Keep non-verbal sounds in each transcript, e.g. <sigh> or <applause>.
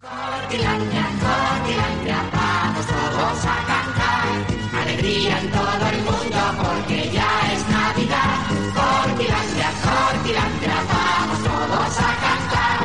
Cortilandia, Cortilandia, vamos todos a cantar. Alegría en todo el mundo porque ya es Navidad. Cortilandia, Cortilandia, vamos todos a cantar.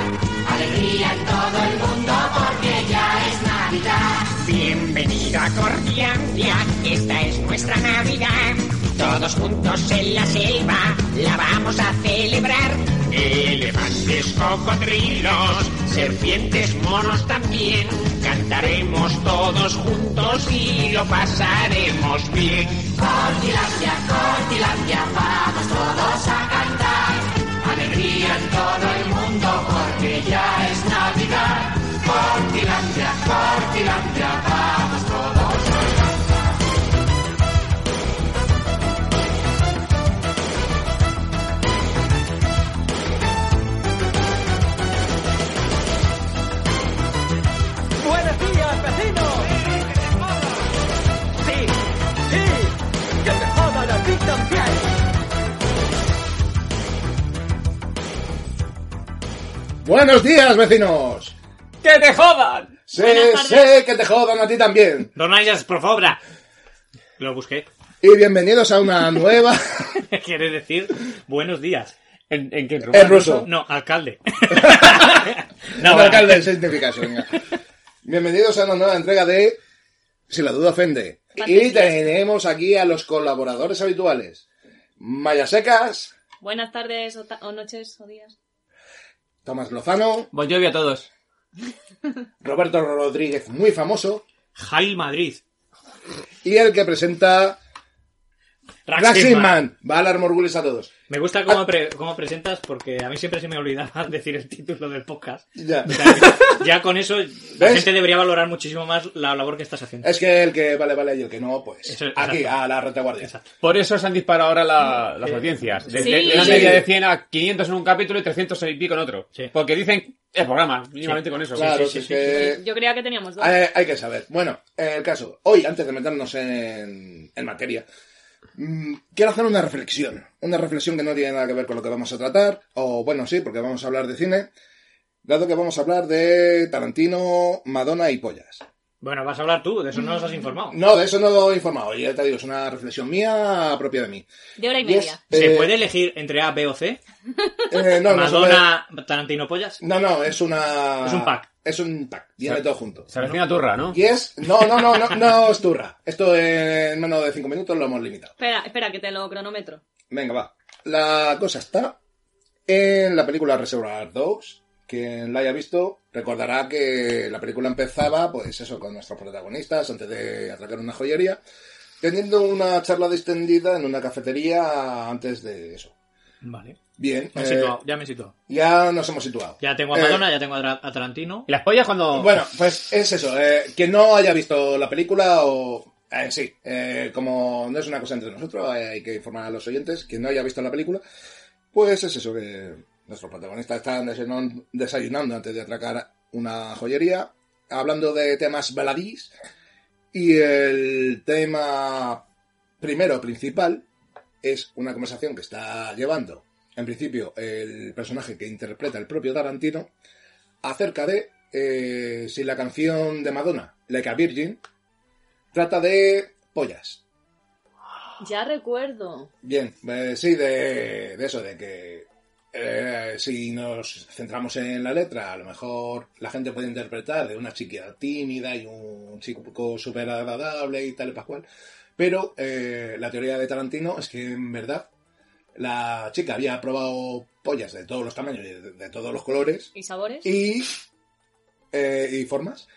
Alegría en todo el mundo porque ya es Navidad. Bienvenida Cortilandia, esta es nuestra Navidad. Todos juntos en la selva la vamos a celebrar. Elefantes, cocodrilos, serpientes, monos también. Cantaremos todos juntos y lo pasaremos bien. Cortilandia, Cortilandia, vamos todos a cantar. Alegría en todo el mundo porque ya es Navidad. Cortilandia, Cortilandia, vamos todos a cantar. ¡Buenos días, vecinos! ¡Sí, sí! ¡Que te jodan a ti también! Buenos días, vecinos. ¡Que te jodan! Sé, sé que te jodan a ti también. Donallas, por favor. Lo busqué. <laughs> Y bienvenidos a una nueva... Quiere decir buenos días. ¿En, en qué? En ruso. No, alcalde. No, bueno. alcalde, sin significación, ya. Bienvenidos a una nueva entrega de Si la duda ofende. Y tenemos aquí a los colaboradores habituales. Mayasecas, Buenas tardes o, ta- o noches o días. Tomás Lozano, Bonjovi Pues a todos. Roberto Rodríguez, muy famoso, Jail Madrid. y el que presenta Racing Raxisman. Man. Valar Morgulis a todos. Me gusta Ah. cómo, pre- cómo presentas porque a mí siempre se me olvidaba <laughs> decir el título <laughs> del podcast. Ya. O sea, que ya con eso la ¿Ves? gente debería valorar muchísimo más la labor que estás haciendo. Es que el que vale, vale, y el que no, pues... Eso, aquí, exacto. a la retaguardia. Exacto. Por eso se han disparado ahora la- las audiencias. De, Sí. de- de una media de 100 a 500 en un capítulo y 300 y pico en otro. Sí. Porque dicen el programa, mínimamente Sí. con eso. Claro, sí, sí, es sí, que... Eh, Yo creía que teníamos dos. Hay, hay que saber. Bueno, el caso. Hoy, antes de meternos en, en materia, mm, quiero hacer una reflexión. Una reflexión que no tiene nada que ver con lo que vamos a tratar. O bueno, sí, porque vamos a hablar de cine. Dado que vamos a hablar de Tarantino, Madonna y pollas. Bueno, vas a hablar tú, de eso no nos has informado. No, de eso no he informado. Ya te digo, es una reflexión mía propia de <laughs> mí. De hora y Y es, media. ¿Se eh, puede elegir entre A, B o C? eh, no, no, se puede. Madonna, Tarantino Pollas. no, no, es una. Es un pack. Ah. Es un pack. Tiene todo junto. Se avecina turra, ¿no? Y es. No, no, no, no, no, es turra. Esto en menos de cinco minutos lo hemos limitado. Espera, espera, que te lo cronometro. Venga, va. La cosa está en la película Reservoir Dogs. Quien la haya visto recordará que la película empezaba, pues eso, con nuestros protagonistas antes de atracar una joyería, teniendo una charla distendida en una cafetería antes de eso. Vale. Bien, Me he eh, situado, ya me he situado. ya nos hemos situado. Ya tengo a Eh, Madonna, ya tengo a, Dra- a Tarantino. Y las pollas cuando... Bueno, pues es eso. eh, quien no haya visto la película o... eh, sí, eh, como no es una cosa entre nosotros, eh, hay que informar a los oyentes. Quien no haya visto la película, pues es eso, que nuestros protagonistas están desayunan- desayunando antes de atracar una joyería, hablando de temas baladís. Y el tema primero, principal, es una conversación que está llevando, en principio, el personaje que interpreta el propio Tarantino, acerca de eh, si la canción de Madonna, Like a Virgin, trata de pollas. Ya recuerdo. Bien, eh, sí, de, de eso, de que eh, si nos centramos en la letra, a lo mejor la gente puede interpretar de una chica tímida y un chico súper agradable y tal y pascual. Pero eh, la teoría de Tarantino es que en verdad la chica había probado pollas de todos los tamaños y de- de todos los colores ¿Y sabores? y, eh, y formas.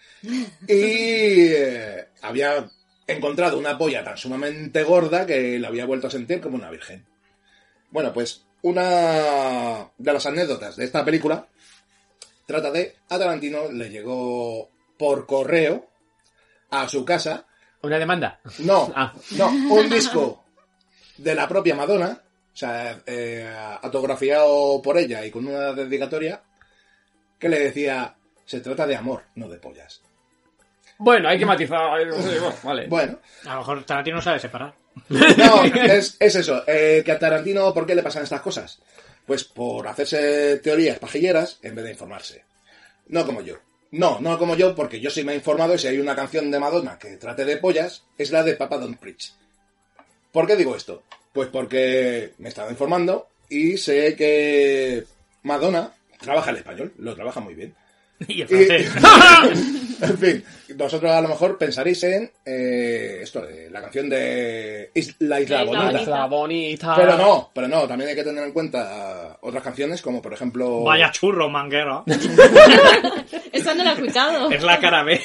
Y eh, había encontrado una polla tan sumamente gorda que la había vuelto a sentir como una virgen. Bueno, pues una de las anécdotas de esta película Trata de, a Tarantino le llegó por correo a su casa, Una demanda. no, Ah. no, un disco de la propia Madonna, o sea, eh, autografiado por ella y con una dedicatoria, que le decía, se trata de amor, no de pollas. Bueno, hay que matizar. eh, no sé, bueno, Vale. Bueno, A lo mejor Tarantino no sabe separar. <laughs> <laughs> No, es, es eso. eh, que a Tarantino, ¿por qué le pasan estas cosas? Pues por hacerse teorías pajilleras en vez de informarse. No como yo. No, no como yo, porque yo sí me he informado y si hay una canción de Madonna que trate de pollas, es la de Papa Don't Preach. ¿Por qué digo esto? Pues porque me he estado informando y sé que Madonna trabaja el español, lo trabaja muy bien. Y el Y- francés. <laughs> en fin, vosotros a lo mejor pensaréis en eh, esto, de la canción de Is- La Isla La Isla Bonita. Bonita. La bonita. Pero no, pero no, también hay que tener en cuenta otras canciones como por ejemplo... Vaya <laughs> churro, manguero. Esa no la he escuchado. Eh, Es la cara B.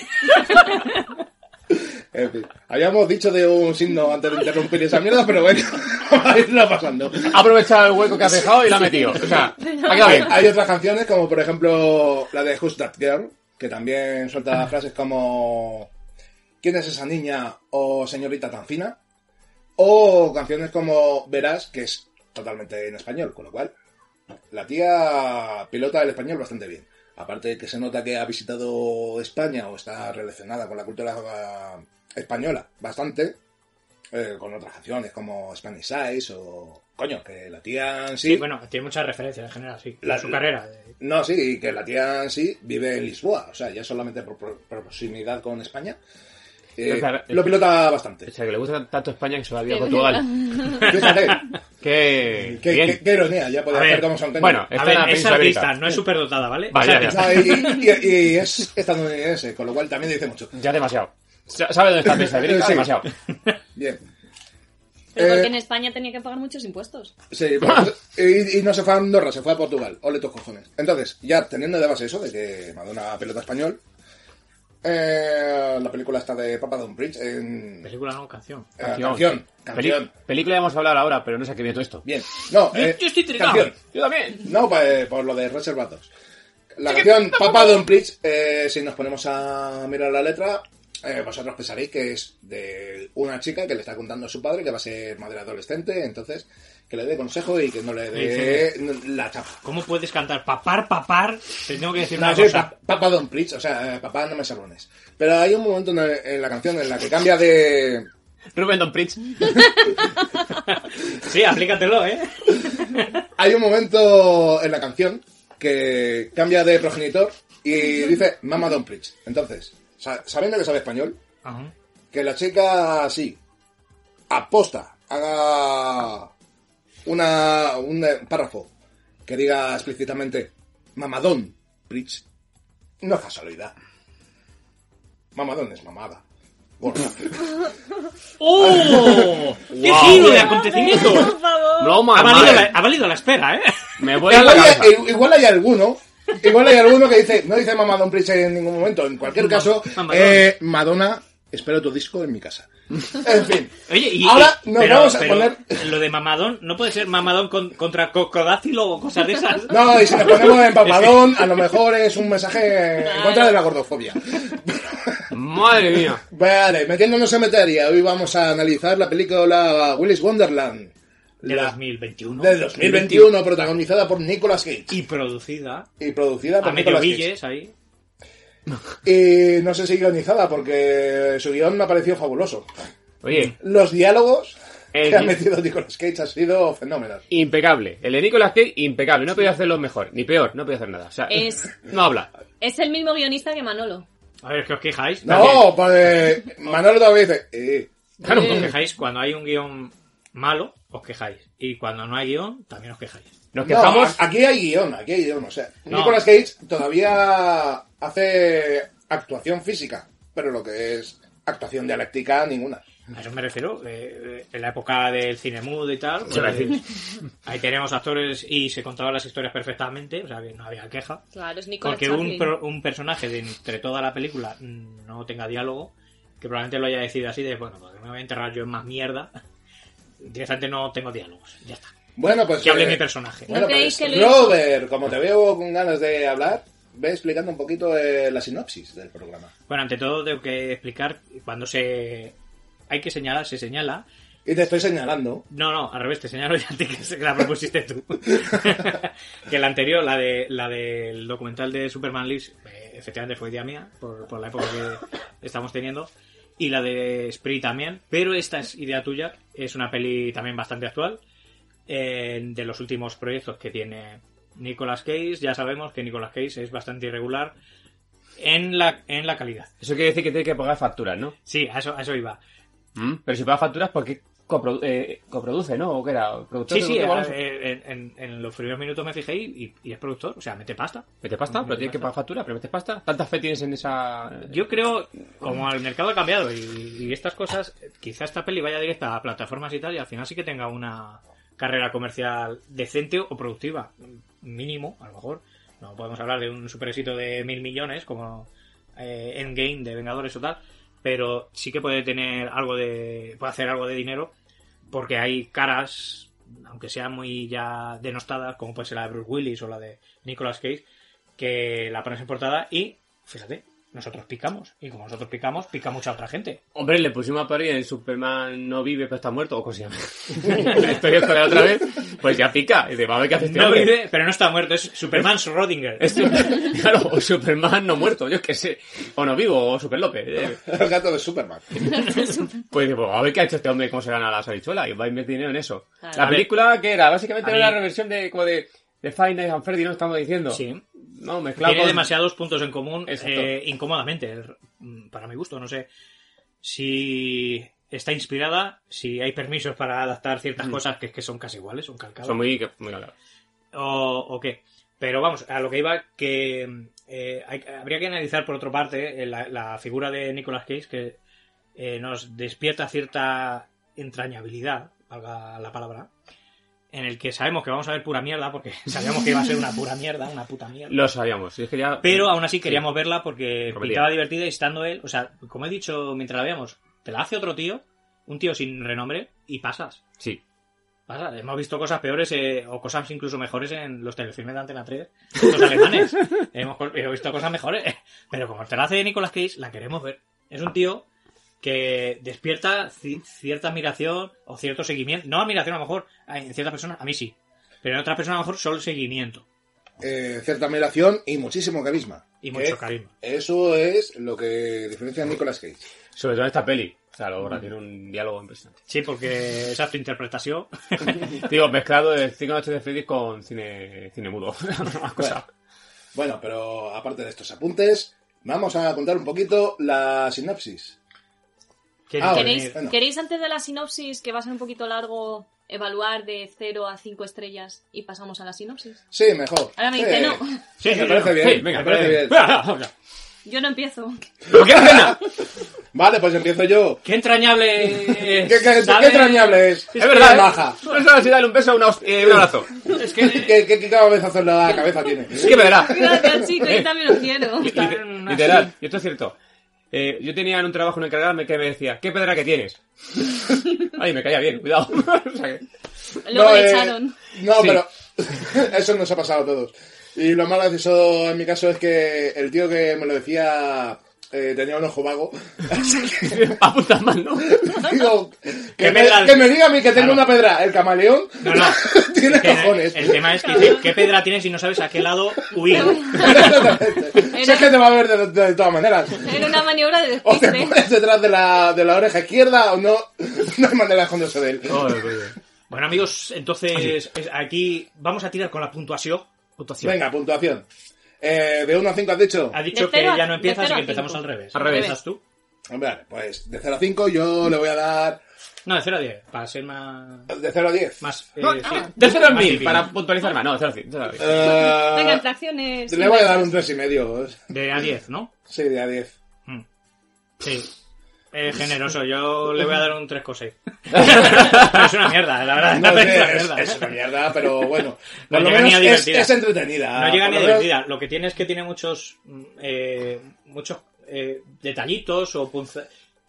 En fin, eh, habíamos dicho de un signo antes de interrumpir esa mierda, pero bueno, <laughs> va a irla pasando. Ha aprovechado el hueco que has dejado y la ha metido. O <laughs> sea, ha quedado Hay, bien. hay otras canciones como por ejemplo la de Who's That Girl, que también suelta frases como ¿Quién es esa niña? o Señorita tan fina. O canciones como Verás, que es totalmente en español, con lo cual la tía pilota el español bastante bien. Aparte de que se nota que ha visitado España o está relacionada con la cultura ah, española bastante, eh, con otras canciones como Spanish Eyes o... Coño, que la tía en sí... Sí, bueno, tiene muchas referencias en general, sí. La- La, su carrera. de- No, sí, y que la tía en sí vive en Lisboa, o sea, ya solamente por, por- por proximidad con España. eh, O sea, lo pilota bastante. O sea, que le gusta tanto España que se va a Que- Portugal. Fíjate, <laughs> Qué. qué, bien. qué- qué ironía, ya podía A ver, eh, hacer como Santana. bueno, A Está ver, en la es península artista, ibérica. no es superdotada, ¿vale? Vale, Es ya, artista. No, y, y- y es estadounidense, con lo cual también dice mucho. Ya demasiado. Sa- ¿Sabe dónde está Prensa Ibérica? Sí. Demasiado. Bien. Pero Eh, porque en España tenía que pagar muchos impuestos. <laughs> Sí, pues, y, y no se fue a Andorra, se fue a Portugal. Ole tus cojones. Entonces, ya teniendo de base eso de que Madonna pelota español, eh, la película está de Papa Don Bridge en... eh, Película, no, canción. canción, canción. Peli- película ya vamos a hablar ahora, pero no sé a qué viene todo esto. Bien. No, Yo- eh, yo estoy intrigado. canción. Yo también. No, pa- eh, por lo de reservados. La canción Papa Don't Preach, eh, si nos ponemos a mirar la letra, eh, vosotros pensaréis que es de una chica que le está contando a su padre que va a ser madre adolescente, entonces que le dé consejo y que no le dé la chapa. ¿Cómo puedes cantar papar, papar? Te tengo que decir No, una sí, cosa. pa- Papa Don't Preach, o sea, eh, papá no me sabrones. Pero hay un momento en, el- en la canción en la que cambia de... Rubén Don Pritz. <laughs> Sí, aplícatelo, ¿eh? Hay un momento en la canción que cambia de progenitor y dice Mama Don't Preach. Entonces, sa- sabiendo que sabe español, Ajá. que la chica sí aposta haga una un eh, párrafo que diga explícitamente mamadón preach no es casualidad mamadón es mamada Gorda. <laughs> ¡Oh! ¡Qué Wow. giro de acontecimientos! Por favor. No, Ha valido, la, madre. ha valido la espera, ¿eh? Me voy a la igual, cabeza. hay, eh, igual hay alguno igual hay alguno que dice no dice mamadón preach en ningún momento en cualquier caso mamadón. eh, Madonna espero tu disco en mi casa en fin Oye, y. ahora y- nos pero- vamos a pero poner Lo de mamadón, no puede ser mamadón con- contra cocodacilo o cosas de esas. No, y si le ponemos en papadón, a lo mejor es un mensaje en contra de la gordofobia. Madre mía. Vale, metiéndonos en materia, hoy vamos a analizar la película Willis Wonderland. De la- 2021. de 2021, protagonizada por Nicolas Cage. Y producida. Y producida A por medio Nicolas Cage. guilles ahí. Y no sé si guionizada, porque su guión me ha parecido fabuloso. Oye, Los diálogos El que ha gui- metido Nicolas Cage han sido fenómenos. impecable. El de Nicolas Cage, impecable. No podía hacerlo mejor, ni peor. No podía hacer nada. O sea, Es- no habla. Es el mismo guionista que Manolo. A ver, que os quejáis. No, porque Manolo todavía dice... eh, Claro, Eh. os quejáis cuando hay un guión malo, os quejáis. Y cuando no hay guión, también os quejáis. No, Nos quejamos. a- aquí hay guión, aquí hay guión. O sea, No. Nicolas Cage todavía hace actuación física, pero lo que es actuación dialéctica, ninguna. A eso me refiero. eh, eh, en la época del cine mudo y tal, Se va a pues, ahí teníamos actores y se contaban las historias perfectamente, o sea que no había queja. Claro, es Nicolas Porque un, Chaplin. pro- un personaje de entre toda la película mm, no tenga diálogo, que probablemente lo haya decidido así de, bueno, porque me voy a enterrar yo en más mierda. Directamente no tengo diálogos, ya está. Bueno, pues. Que hable eh, mi personaje. ¿No creéis que lo hizo? Robert, como te veo con ganas de hablar, ve explicando un poquito eh, la sinopsis del programa. Bueno, ante todo tengo que explicar cuando se... Hay que señalar, se señala. Y te estoy señalando. <laughs> No, no, al revés, te señalo <laughs> ya a ti que se- que la propusiste tú. <laughs> que la anterior, la de la del documental de Superman Lives, eh, efectivamente fue idea mía, por, por la época que estamos teniendo. Y la de Spree también, pero esta es idea tuya, es una peli también bastante actual. eh, de los últimos proyectos que tiene Nicolas Cage, ya sabemos que Nicolas Cage es bastante irregular en la, en la calidad. Eso quiere decir que tiene que pagar facturas, ¿no? Sí, a eso, a eso iba. ¿Mm? Pero si paga facturas, ¿por qué coprodu- eh, coproduce, no? ¿O qué era? ¿Productor Sí, sí, ejecutivo o algo eh, así? eh, en, en- en los primeros minutos me fijé y, y- y es productor, o sea, mete pasta. ¿Metes pasta? Mete ¿Pero tienes que pasta. pagar factura? ¿Pero metes pasta? ¿Tanta fe tienes en esa...? Yo creo, como el mercado ha cambiado y, y estas cosas, quizá esta peli vaya directa a plataformas y tal y al final sí que tenga una carrera comercial decente o productiva, mínimo, a lo mejor. No podemos hablar de un super éxito de mil millones como eh, Endgame de Vengadores o tal, pero sí que puede tener algo de, puede hacer algo de dinero porque hay caras, aunque sean muy ya denostadas, como puede ser la de Bruce Willis o la de Nicolas Cage, que la pones en portada y, fíjate, nosotros picamos. Y como nosotros picamos, pica mucha otra gente. Hombre, le pusimos a parir en Superman no vive pero está muerto, o cosa así. <laughs> La historia con la otra vez, pues ya pica. Y dice, vamos a ver qué hace este No hombre. vive, pero no está muerto, es Superman Schrödinger. Es- <laughs> claro, o Superman no muerto, yo qué sé. O no vivo, o Super López. eh. El gato de Superman. Pues digo, a ver qué ha hecho este hombre, cómo se gana las habichuelas, y va a invertir dinero en eso. Claro. La A ver. película, que era? Básicamente A era la mí- reversión de, como de, de Five Nights at Freddy, ¿no? Estamos diciendo. Sí. No, mezclado Tiene con- demasiados puntos en común pues- Exacto. eh, incómodamente, mm, para mi gusto. No sé si está inspirada, si hay permisos para adaptar ciertas Mm. cosas que, es que son casi iguales, son calcadas. Son muy... muy claro. o, o qué. Pero vamos, a lo que iba, que eh, hay- habría que analizar por otra parte eh, la, la figura de Nicolas Cage, que eh, nos despierta cierta entrañabilidad, valga la palabra, en el que sabemos que vamos a ver pura mierda, porque <laughs> sabíamos que iba a ser una pura mierda, una puta mierda. Lo sabíamos. y es que ya- eh, Pero aún así queríamos verla porque Comedia. pintaba divertida y estando él, o sea, como he dicho mientras la veíamos, te la hace otro tío, un tío sin renombre, y pasas. Sí. Pasa, hemos visto cosas peores eh, o cosas incluso mejores en los telefilmes de Antena 3, <laughs> los alemanes. hemos, co- hemos visto cosas mejores, <laughs> pero como te la hace Nicolas Cage, la queremos ver. Es un tío que despierta ci- cierta admiración o cierto seguimiento. No admiración a lo mejor, a- en ciertas personas, a mí sí. Pero en otras personas a lo mejor solo seguimiento Eh, cierta admiración y muchísimo carisma. y mucho Que carisma. Eso es lo que diferencia a Nicolas Cage. Sobre todo en esta peli. O sea, lo borra, Mm. tiene un diálogo impresionante. Sí, porque esa es <laughs> tu interpretación. Digo, mezclado de Cinco Noches de Freddy con cine, cine mudo. <laughs> Una cosa. Bueno, pero aparte de estos apuntes, vamos a contar un poquito la sinopsis. ¿Quieres Ah, intervenir? ¿Queréis, bueno. ¿Queréis antes de la sinopsis, que va a ser un poquito largo, evaluar de 0 a 5 estrellas y pasamos a la sinopsis? Sí, mejor. Ahora me Sí. dice, no, Sí, me sí, parece no. bien. Sí, venga, me parece bien. yo no empiezo. <laughs> ¿Pero qué pena? Vale, pues empiezo yo. <laughs> ¡Qué entrañable! ¿Qué, qué, qué ¿sabes? entrañable es? Es verdad, ¿eh? baja. No es nada si darle un beso, una host- eh, un abrazo. Es que ¿Qué, qué, qué cabezazo en la cabeza tiene? <laughs> Es que verá. Gracias, chicos, yo también lo <laughs> quiero. Liter- Literal, y esto es cierto. Eh, yo tenía en un trabajo una encargada que me decía, ¿qué pedra que tienes? Ay, me caía bien, cuidado. <laughs> O sea que- Luego No, le eh, echaron. No, Sí. pero <laughs> eso nos ha pasado a todos. Y lo más gracioso en mi caso es que el tío que me lo decía eh, tenía un ojo vago. <laughs> Así que <laughs> Apunta mal, ¿no? digo, que, Que me, me la- que me diga a mí que tengo Claro. una pedra. El camaleón No, no. <laughs> tiene Es que cojones. El tema es que dice, ¿qué pedra tienes si no sabes a qué lado huir? <laughs> Si es que te va a ver de, de todas maneras. Era una maniobra de O pues, te despiste. pones detrás de la, de la oreja izquierda o no. No hay manera de esconderse de él. Joder, coño. <laughs> Bueno, amigos, entonces es- aquí vamos a tirar con la puntuación. puntuación. Venga, puntuación. Eh, de 1 a 5 has dicho. Ha dicho De cero que a- ya no de empiezas cero y a que empezamos cinco. al revés. Al revés. ¿Empiezas tú? Vale, pues de 0 a 5 yo le voy a dar No, de 0 a 10, para ser más... de 0 a 10. más eh, No, sí, de cero al más mil, típico. para puntualizar más. No, de cero al cien, de cero al cien. Eh, Venga, infracciones. le voy a dar un 3 y medio. De a 10, ¿no? Sí, de a 10. Mm. Sí. Eh, generoso, yo le voy a dar un 3,6. <laughs> es una mierda, Ah, la verdad. No <laughs> sé, es una es, mierda. ¿eh? es una mierda, pero bueno. <laughs> No Por lo llega ni menos a es, divertida. es entretenida. Ah, No llega Por ni lo menos- divertida. Lo que tiene es que tiene muchos mm, eh, muchos eh, detallitos o punza-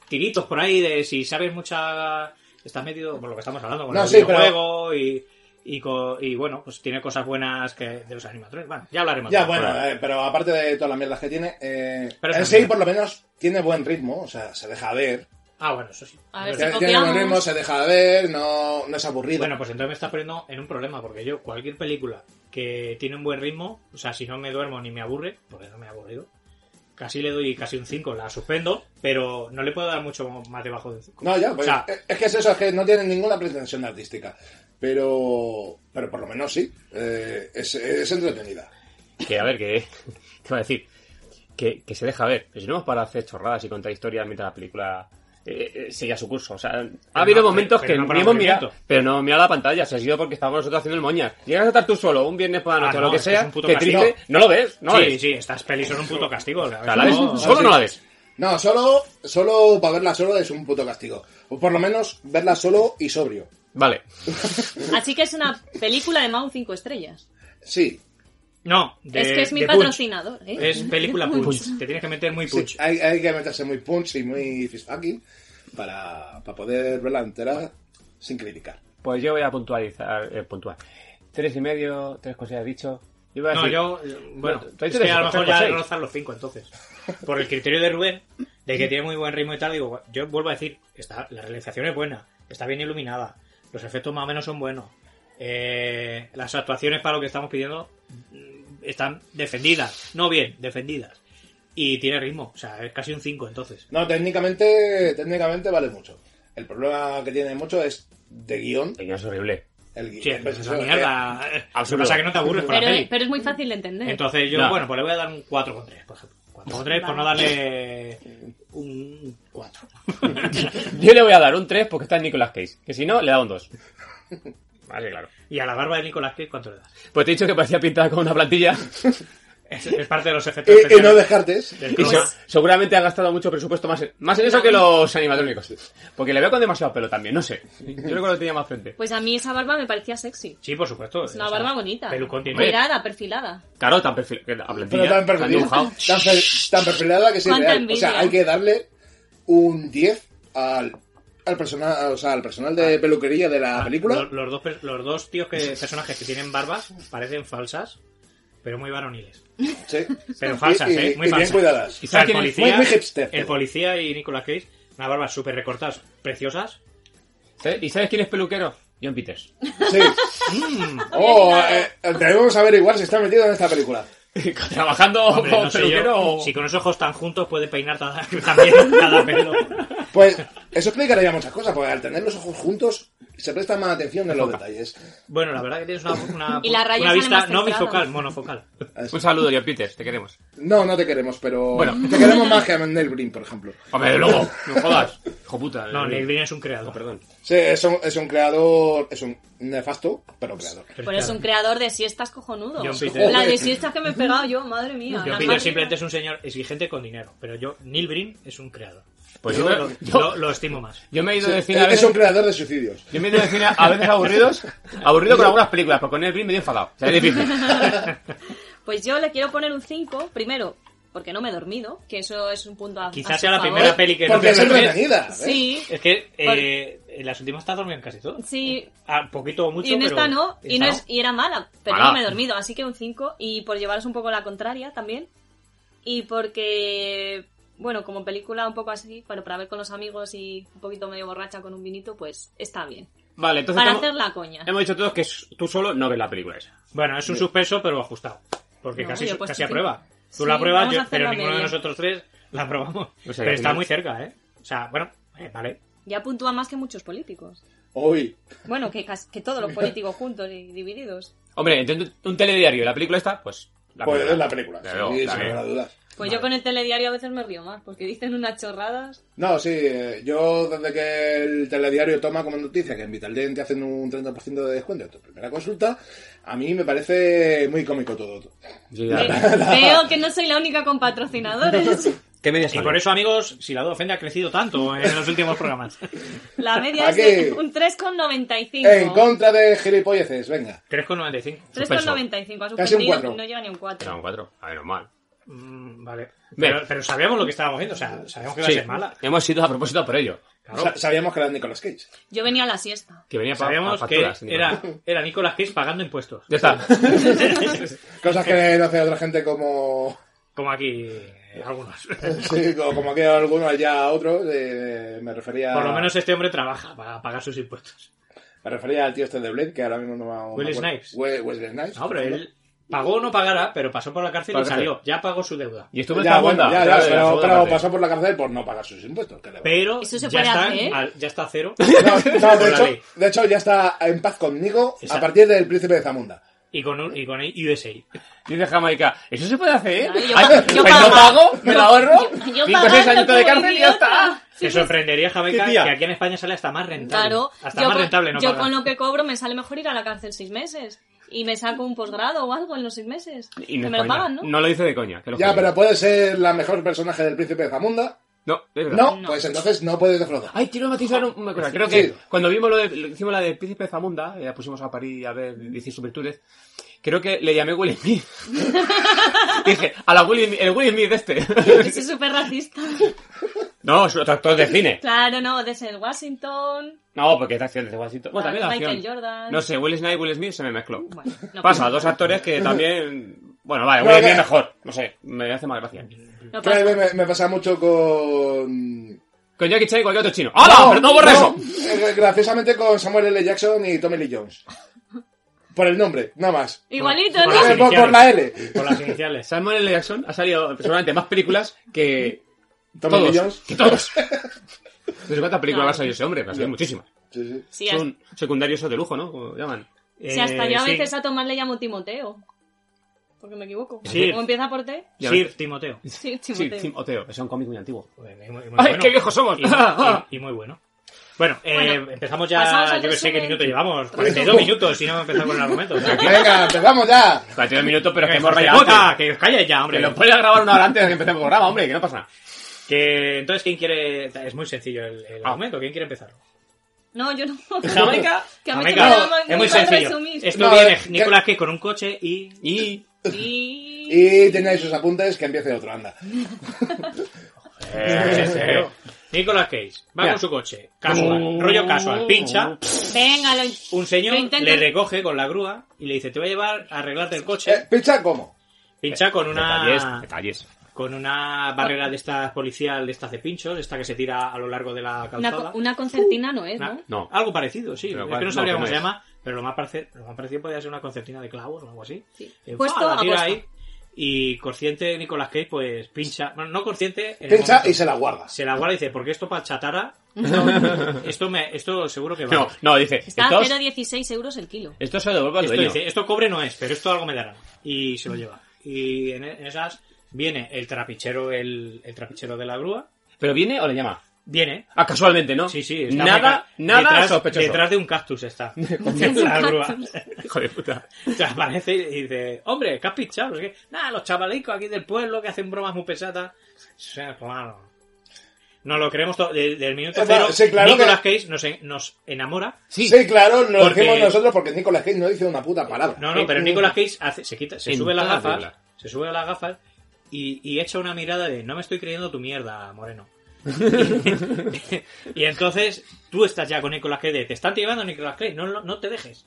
tiritos por ahí de si sabes mucha estás metido por lo que estamos hablando con No, el sí, pero- videojuego y Y, co- y bueno, pues tiene cosas buenas que de los animatrones. Bueno, ya hablaremos. Ya, de- bueno, eh, pero aparte de todas las mierdas que tiene, eh, Pero en es sí genial. por lo menos tiene buen ritmo, o sea, se deja ver. Ah, bueno, eso sí. A ver Es si verdad. Tiene- Tiene buen copiamos. ritmo, se deja ver, no, no es aburrido. Bueno, pues entonces me está poniendo en un problema, porque yo cualquier película que tiene un buen ritmo, o sea, si no me duermo ni me aburre, porque no me ha aburrido, casi le doy casi un 5, la suspendo, pero no le puedo dar mucho más debajo de un 5. No, ya, pues, O sea- es- es que es eso, es que no tienen ninguna pretensión artística. Pero, pero por lo menos sí, eh, es, es entretenida. Que a ver, que. <laughs> Te iba a decir. Que, que se deja ver. Pero si no es para hacer chorradas y contar historias mientras la película. eh, eh, siga su curso, o sea, ha habido no, momentos pero- pero no que para ni hemos mirado, aburrimiento. pero no mira la pantalla, se ha sido porque estábamos nosotros haciendo el moña. Llegas a estar tú solo un viernes por la Ah, noche o no, lo que es que es sea, un puto te castigo. triste, no lo ves, no lo sí, ves. sí, estas pelis son un puto castigo. O sea, la ves No, solo o no la ves. No, solo, solo para verla solo es un puto castigo. O por lo menos verla solo y sobrio. Vale. Así que es una película de Mau 5 estrellas. Sí, No, de- es que es mi de Punch. patrocinador, ¿eh? Es <laughs> película punch. Te tienes que meter muy sí, punch. hay, hay que meterse muy punch y muy aquí para, para poder verla entera sin criticar. Pues yo voy a puntualizar, eh, puntuar. Tres y medio, tres cosas has dicho. Yo voy a No, decir- yo. Bueno, No, tú es dices que a lo mejor eso, tres por ya seis. rozan los cinco entonces. Por el criterio de Rubén, de que tiene muy buen ritmo y tal, digo, yo vuelvo a decir, está, la realización es buena, está bien iluminada, los efectos más o menos son buenos, eh, las actuaciones para lo que estamos pidiendo mm, están defendidas, no bien, defendidas. Y tiene ritmo, o sea, es casi un 5 entonces. No, técnicamente, técnicamente vale mucho. El problema que tiene mucho es de guión. Que Es horrible. El guión. Sí, es Pues esa eso, eh, mierda. Lo que Absurdo. pasa es que no te aburres con la pero, peli. pero es muy fácil de entender. Entonces yo, No. bueno, pues le voy a dar un 4,3, por ejemplo. 4,3 por pues no darle un 4. Yo le voy a dar un 3 porque está en Nicolas Cage. Que si no, le da un 2. <laughs> Vale, claro. ¿Y a la barba de Nicolas Cage cuánto le das? Pues te he dicho que parecía pintada con <laughs> una plantilla. Es, es parte de los efectos y, y no especiales descartes. del este. Y croma. se- seguramente ha gastado mucho presupuesto más en, más en eso que los animatrónicos. Porque le veo con demasiado pelo también, no sé. Yo recuerdo que tenía más frente. Pues a mí esa barba me parecía sexy. Sí, por supuesto. Es una barba bonita. Pues, Pelucón tiene. Mirada, perfilada. Claro, tan perfil, que la plantilla, Pero tan tan perfilada, dibujado. <laughs> tan, per- tan perfilada que sí. Cuánta real. O sea, envidia. hay que darle un 10 al, al personal, o sea, al personal de Ah. peluquería de la película. Los, los dos, per- los dos tíos que personajes que tienen barbas parecen falsas, pero muy varoniles. Sí. Pero falsas, Y- y- ¿eh? y Muy bien falsas. <laughs> cuidadas. O sea, el ¿Quién es? policía, Muy- muy hipster. el policía y Nicolas Cage, unas barbas súper recortadas, preciosas. ¿Sí? ¿Eh? ¿Y sabes quién es peluquero? John Peters. Sí. Mm. Oh, eh, debemos averiguar si está metido en esta película. Trabajando <laughs> Hombre, como no sé peluquero yo, o- Si con esos ojos tan juntos puede peinar ta- <laughs> también cada pelo. Pues eso explicaría muchas cosas, porque al tener los ojos juntos se presta más atención en los detalles. Bueno, la verdad que tienes una, una, Y las rayas una salen vista más no centradas. bifocal, monofocal. Un saludo, John Peters, te queremos. No, no te queremos, pero Bueno. te queremos más que a Mendel Green, por ejemplo. Hombre, luego, no jodas. Hijo puta. No, eh, Neil Green es un creador. no, perdón. Sí, es un, es un creador, es un nefasto, pero creador. Pero Pues es un creador de siestas cojonudo. John Peter. La de siestas que me he pegado yo, madre mía. Yo la Peter madre simplemente mía. es un señor exigente con dinero, pero yo, Neil Breen es un creador. Pues yo, yo- lo, yo- lo- lo estimo más. Yo me he ido de cine a Es veces... un creador de suicidios. Yo me he ido de cine a veces aburridos, <laughs> aburrido con algunas películas, pero con el Green medio enfadado. O sea, es difícil. Pues yo le quiero poner un 5, primero, porque no me he dormido, que eso es un punto a a Quizás su sea la favor. primera peli que no Porque es te ves. entretenida. ¿eh? Sí, Es que eh, en las últimas está dormido en casi todo. sí. Ah, poquito o mucho. Y en pero esta no, y, esta no es, y era mala, pero Mala. no me he dormido, así que un 5. Y por llevaros un poco la contraria también. Y porque, bueno, como película un poco así, bueno, para ver con los amigos y un poquito medio borracha con un vinito, pues está bien. Vale, entonces Para estamos- hacer la coña. hemos dicho todos que s- tú solo no ves la película esa. Bueno, es un suspenso, pero ajustado. Porque No, casi, yo he puesto casi a cinco. prueba. Tú Sí, la pruebas, vamos a yo- hacer pero la ninguno de media. nosotros tres la probamos. O sea, pero que está no- muy cerca, ¿eh? O sea, bueno, eh, vale. Ya puntúa más que muchos políticos. Hoy. Bueno, que, cas- que todos <laughs> los políticos juntos y divididos. Hombre, entonces un telediario, la película esta, pues... La Pues primera. es la película. Desde luego, sí, sin claro. lugar a dudas. Pues yo con el telediario a veces me río más, porque dicen unas <laughs> chorradas. No, sí, eh, yo desde que el telediario toma como noticia que en Vitaldent te hacen un 30% de descuento en tu primera consulta, a mí me parece muy cómico todo. Sí, Ve- ya. Veo que no soy la única con <laughs> patrocinadores. ¿Qué media Y sale? por eso, amigos, si la ofende ha crecido tanto en los últimos <laughs> programas. La media es Aquí. de un En 3,95. contra de gilipolleces, venga. 3,95. 3,95. Ha Casi un suspendido, cuatro. no lleva ni un Era 4. un 4. A ver, normal. Mm, vale. Ve. Pero, pero sabíamos lo que estábamos viendo, o sea, sabíamos que iba a ser mala. Hemos sido a propósito por ello. Claro. Sa- Sabíamos que era Nicolas Cage. Yo venía a la siesta. Que venía pa- Sabíamos a que facturas. ni más. era, era Nicolas Cage pagando <laughs> impuestos. <laughs> Ya está. Cosas que no hace otra gente como. <laughs> Como aquí eh, <laughs> algunos. Sí, como como que algunos allá otros. eh, me refería. Por lo menos este hombre trabaja para pagar sus impuestos. Me refería al tío este de Blade, que ahora mismo no va Wesley Snipes. Wesley Snipes. No, pero él pagó o no pagara, pero pasó por la cárcel y Parece. salió. Ya pagó su deuda. Y estuvo en Ya, esta bueno, onda. ya, o ya, sea, de la pero, segunda pero parte. pasó por la cárcel por no pagar sus impuestos. que le va. Pero ¿Eso se ya, puede está, hacer? al- ya está a cero. No, no, <laughs> Por de, la hecho, ley. de hecho, ya está en paz conmigo a Exacto. partir del príncipe de Zamunda. Y con, un, y con el USA. Dice Jamaica, ¿eso se puede hacer? Claro, yo Ay, pa- yo pues pagaba. no pago, me lo ahorro. <laughs> Yo- yo cinco o seis pagando añitos de como cárcel y ya está. idiota. Te sorprendería, Jamaica, Sí, que tía. aquí en España sale hasta más rentable. Claro. Hasta yo más con- rentable no yo pagar. con lo que cobro me sale mejor ir a la cárcel seis meses. Y me saco un posgrado o algo en los seis meses. Y no que es me lo coña. pagan, ¿no? No lo dice de coña. que lo Ya, juro. pero puede ser la mejor personaje del príncipe de Zamunda. No, es verdad. No, No. pues entonces no puedes defraudar. Ay, quiero matizar un- una cosa. Creo que Sí. cuando vimos lo de, lo- hicimos la de Príncipe Zamunda, y la pusimos a parir a ver, decir sus virtudes, creo que le llamé <laughs> Will Smith. Dije, a la Will Smith, el Will Smith este. Eso <laughs> es súper racista. <laughs> no, es otro actor de cine. Claro, no, desde el Washington. No, porque es acción de Washington. Bueno, Ah, también es Michael acción. Jordan. No sé, Will Smith, Will Smith se me mezcló. Bueno, no Pasa, pasa dos nada. actores <laughs> que también... Bueno, vale, No, Will que- Smith mejor. No sé, me hace más gracia. No Creo pasa que me, me pasa mucho con. Con Jackie Chan y cualquier otro chino. ¡Hala! ¡Pero no borres eso! eh, Graciosamente con Samuel L. Jackson y Tommy Lee Jones. Por el nombre, nada más. Igualito, Por- ¿no? las Eh, por- por iniciales. la L. Por las iniciales. Samuel L. Jackson ha salido seguramente más películas que Tommy Lee todos. Jones. Que <laughs> todos. No sé cuántas películas ha salido ese hombre, pero ha salido Ya. muchísimas. Sí, sí. Sí, hasta, Son secundarios esos de lujo, ¿no? Como llaman. sí, hasta Eh, yo a sí. veces a Tomás le llamo Timoteo. Porque me equivoco. Sí. ¿Cómo empieza por T? Ya Sir ves. Timoteo. Sí, Sí, Timoteo. Tim Oteo, es un cómic muy antiguo. Muy- muy- muy ¡Ay, bueno. qué viejos somos! <laughs> Ah, Y, y- y muy bueno. Bueno, eh, Bueno, empezamos pasamos ya. al Yo que sé qué resumen. minuto llevamos. 42 minutos, si no me empezado con el argumento. <laughs> Venga, empezamos ya. 42 minutos, pero que hemos Jorge rayado Mota, antes. que os calles ya, hombre. Que lo puedes grabar una hora antes de que empecemos el programa, hombre, que no pasa nada. Que entonces, ¿quién quiere.? Es muy sencillo el, Ah. el argumento. ¿Quién quiere empezar? No, yo no. <laughs> Jamaica. Que a mí Jamaica. que me da más- Ah, es muy me da sencillo. resumir. Esto No, viene eh, que- Nicolás Cage con un coche y. Y... Y... Y tenéis sus apuntes que empiece otro, anda. Eh, Nicolás Cage va Mira. con su coche. Casual. rollo casual. Pincha. Venga, lo... Un señor Lo intento. le recoge con la grúa y le dice: Te voy a llevar a arreglarte el Eh, coche. ¿Picha cómo? Pincha con Detalles, una. detalles. con una barrera de estas policial, de estas de pinchos, esta que se tira a lo largo de la una, calzada. co- una concertina no es, Una- ¿no? No. Algo parecido, sí. Pero es cuál- que no sabría no, cómo que se no es. llama, pero lo más, parece, lo más parecido podría ser una concertina de clavos o algo así. Sí. Eh, Puesto ¡fua! a la tira puesto. ahí y consciente Nicolas Cage pues pincha, bueno, no consciente, en el Pincha momento. y se la guarda. se la guarda y dice, porque esto para <laughs> chatara, no, esto me, esto seguro que va. No, no, dice. Está a Estos, 0,16 euros el kilo. esto se lo devuelve al Esto dueño. dice, esto cobre no es, pero esto algo me dará. Y se lo lleva. Y en en esas viene el trapichero, el, el trapichero de la grúa, ¿Pero viene o le llama? viene, Ah, casualmente, ¿no? Sí, sí. está Nada, muy ca- nada detrás, sospechoso. Detrás de un cactus está. <laughs> La grúa. <laughs> Hijo de <laughs> puta. O sea, aparece y dice, hombre, ¿qué has pinchado? No sé qué. Nada, los chavalicos aquí del pueblo que hacen bromas muy pesadas. O sea, claro. No lo creemos todo. De- del minuto Eh, cero, bueno, sí, claro Nicolas Cage nos, en- nos enamora. Sí, Sí. claro, lo Porque- decimos nosotros porque Nicolas Cage no dice una puta palabra. No, no, pero Nicolas Cage hace- se quita, se Eh, En sube las cada gafas, regla. se sube las gafas y, y echa una mirada de no me estoy creyendo tu mierda, <laughs> Moreno. y, <laughs> entonces tú estás ya con Nicolas Cage de, te están llevando Nicolas Cage, no, no te dejes.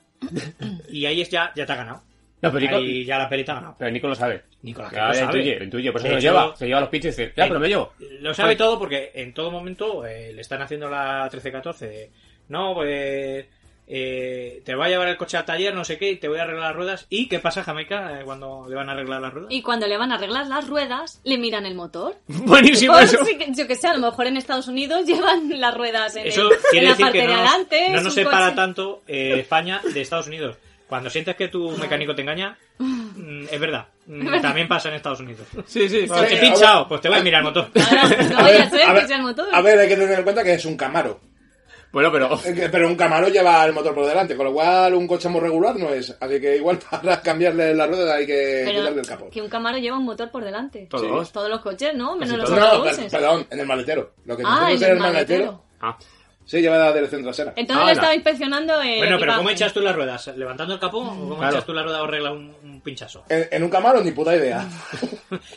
Y ahí es ya, ya te ha ganado. No, pero Pues, Nico, Ahí ya la perita ha ganado. pero Nico lo sabe. Nicolas Claro, Cage lo sabe. intuye, intuye, por eso De lo hecho, lleva. Se lleva los pinches y dice, ya, eh, pero me llevo. Lo sabe todo porque en todo momento eh, le están haciendo la 13-14 de, no, pues eh, te voy a llevar el coche al taller, no sé qué, y te voy a arreglar las ruedas. ¿Y qué pasa, Jamaica, eh, cuando le van a arreglar las ruedas? Y cuando le van a arreglar las ruedas, le miran el motor. <laughs> Buenísimo <laughs> Por pues eso. si que- yo que sé, a lo mejor en Estados Unidos <laughs> llevan las ruedas en, el- Eso en quiere la decir parte que no, de adelante. nos- no es nos un separa coche- tanto eh, España de Estados Unidos. Cuando sientes que tu mecánico te engaña, mm, es verdad. Mm, También pasa en Estados Unidos. Sí, sí. Cuando te a he ver. pinchado, pues te voy a mirar el motor. <laughs> Ahora, no vaya a ser que sea el motor. a ver, hay que tener en cuenta que es un Camaro. <laughs> Bueno, pero... Eh, que- Pero un Camaro lleva el motor por delante, con lo cual un coche muy regular no es. Así que igual <laughs> para cambiarle la rueda hay que quitarle Pero el capó. que un Camaro lleva un motor por delante. Todos. Todos los coches, ¿no? Menos los No, per- autobuses. perdón, en el maletero. Lo que ah, nosotros en en el maletero. Ah. Sí, lleva la dirección trasera. Entonces Ala. le estaba inspeccionando eh, el. Bueno, pero imagen. ¿cómo echas tú las ruedas? ¿Levantando el capó o cómo Claro. echas tú la rueda o arregla un, un pinchazo? En, en un camaro, ni puta idea.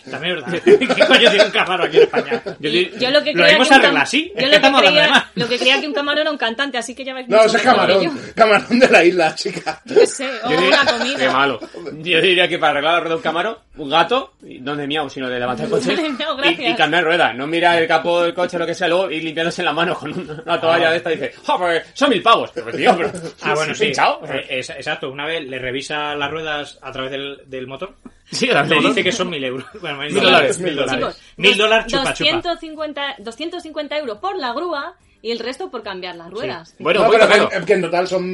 También es verdad. <laughs> ¿Qué coño tiene un camaro aquí en España? Yo Y di- yo lo que lo creía hemos que un cam- arreglado así, es Yo que lo que, estamos hablando de creía, más. lo que creía que un camarón era un cantante, así que ya vais <laughs> No, mucho ese es mejor que yo. camarón. Camarón de la isla, chica. Yo qué sé, o Yo una Qué comida. malo. Yo diría que para arreglar la rueda de un camaro, un gato, y no de miau, sino de levantar el coche. <laughs> No de miau, y, gracias. y cambiar rueda. No mira el capó del coche o lo que sea, luego ir limpiándose la mano con una, una toalla de esta y dice, ¡Ah, pues son mil pavos! Pero tío, pero. Ah, bueno, sí. Chao. Eh, es- exacto. Una vez le revisa las ruedas a través del, del motor, Sí, ahora le mismo, ¿no? dice que son mil euros. <laughs> Bueno, mil Mil dólares. dólares, Mil mil dólares. Chicos, Mil dos- dólares chupa, chupa. 250, 250 euros por la grúa y el resto por cambiar las ruedas. Bueno, No, bueno, pero bueno. que, eh, que en total son...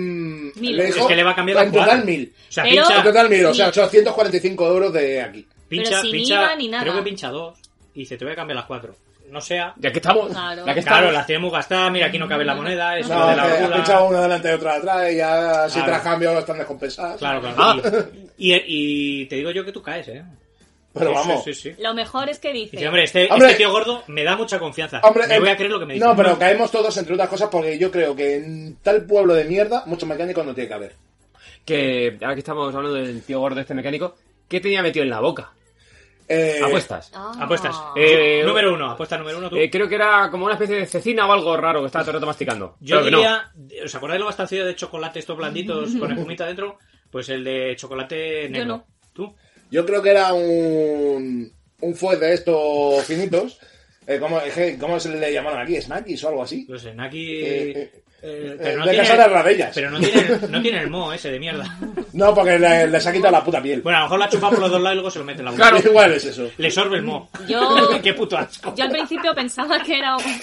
Mil. le dijo- Es que le va a cambiar la En total, jugada. mil. O sea, Pero- En pincha, total, mil. O sea, Mil. 845 euros de aquí. pincha, Pero sin pincha. IVA ni nada. Creo que pincha dos y dice, te voy a cambiar las cuatro. No sea. Ya que estamos. Claro. Ya que estamos. Claro, las tenemos gastadas, mira, aquí no cabe la moneda, eso No, de que la ha rula. pinchado una delante y otra atrás y ya si Claro. tras cambio están descompensadas. Claro, claro. Ah. Y, y- y te digo yo que tú caes, ¿eh? Pero Sí, vamos. Sí, sí, sí. Lo mejor es que dice. Dice, hombre, este, Hombre. este tío gordo me da mucha confianza. Hombre, me eh, voy a creer lo que me dice. No, pero caemos todos entre otras cosas porque yo creo que en tal pueblo de mierda mucho mecánico no tiene que haber. Que ahora que estamos hablando del tío gordo este mecánico, ¿qué tenía metido en la boca? Eh, pues Apuestas. Ah. Apuestas. Eh, número uno, apuesta número uno tú. Eh, creo que era como una especie de cecina o algo raro que estaba todo el rato masticando. Yo Pero que no. diría, ¿os acordáis los bastancillos de chocolate estos blanditos con espumita dentro? Pues el de chocolate negro. no. ¿Tú? Yo creo que era un, un fuet de estos finitos. Eh, ¿cómo, es que- ¿Cómo se le llamaron aquí? ¿Snackies o algo así? Los snackies... Eh, eh, eh, eh, pero no de tiene, casa de Rabellas. Pero no tiene, no tiene el mo ese <laughs> de mierda. No, porque le- les ha quitado la puta piel. Bueno, a lo mejor la chupa por los dos lados y luego se lo mete en la boca. <laughs> Claro. Igual es <laughs> eso. Le sorbe el mo. Yo- <laughs> Qué puto asco. Yo al principio pensaba que era. un- <laughs>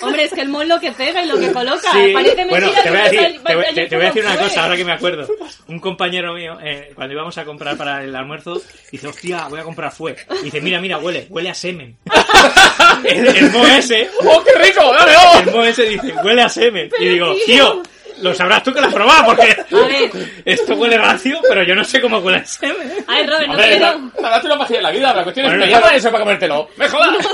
Hombre, es que el mon lo que pega y lo que coloca. eh, Sí. Parece mentira bueno, que te voy empieza a decir, el- te voy, el- te- te voy a decir una joder. cosa, ahora que me acuerdo. <laughs> Un compañero mío, eh, cuando íbamos a comprar para el almuerzo, dice, hostia, voy a comprar fue. Y dice, mira, mira, huele, huele <laughs> a semen. el, el mo ese, ¡Oh, qué rico! ¡Dale, oh! el mo ese dice, huele a semen. y Pero, digo, tío, tío. lo sabrás tú que lo has probado, porque A ver. esto huele vacío, pero yo no sé cómo huele <laughs> a semen. Ay, Robert, no Hombre, quiero. la- la verdad es una pajilla en la vida, la cuestión Bueno, es que no. me llaman eso para comértelo. ¡Me jodas!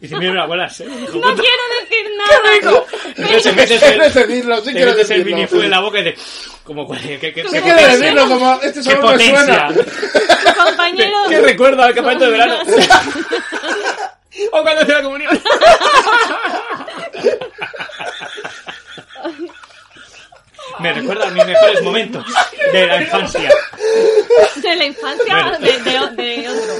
Dice, mira, mira, huele a semen. hijo No puta. quiero decir nada. Entonces Es metes el, decirlo, sí <laughs> te quiero metes el mini decirlo. <laughs> fue en la boca y dices, como huele, qué, qué, Sí Sí qué quiero potencia. decirlo, como este qué sabor me potencia. suena. Tu compañero. ¡Qué recuerdo al campamento de verano! ¡O cuando hice <laughs> la comunión! Me recuerda a mis mejores momentos de la infancia. <laughs> De la infancia de, de- de otro.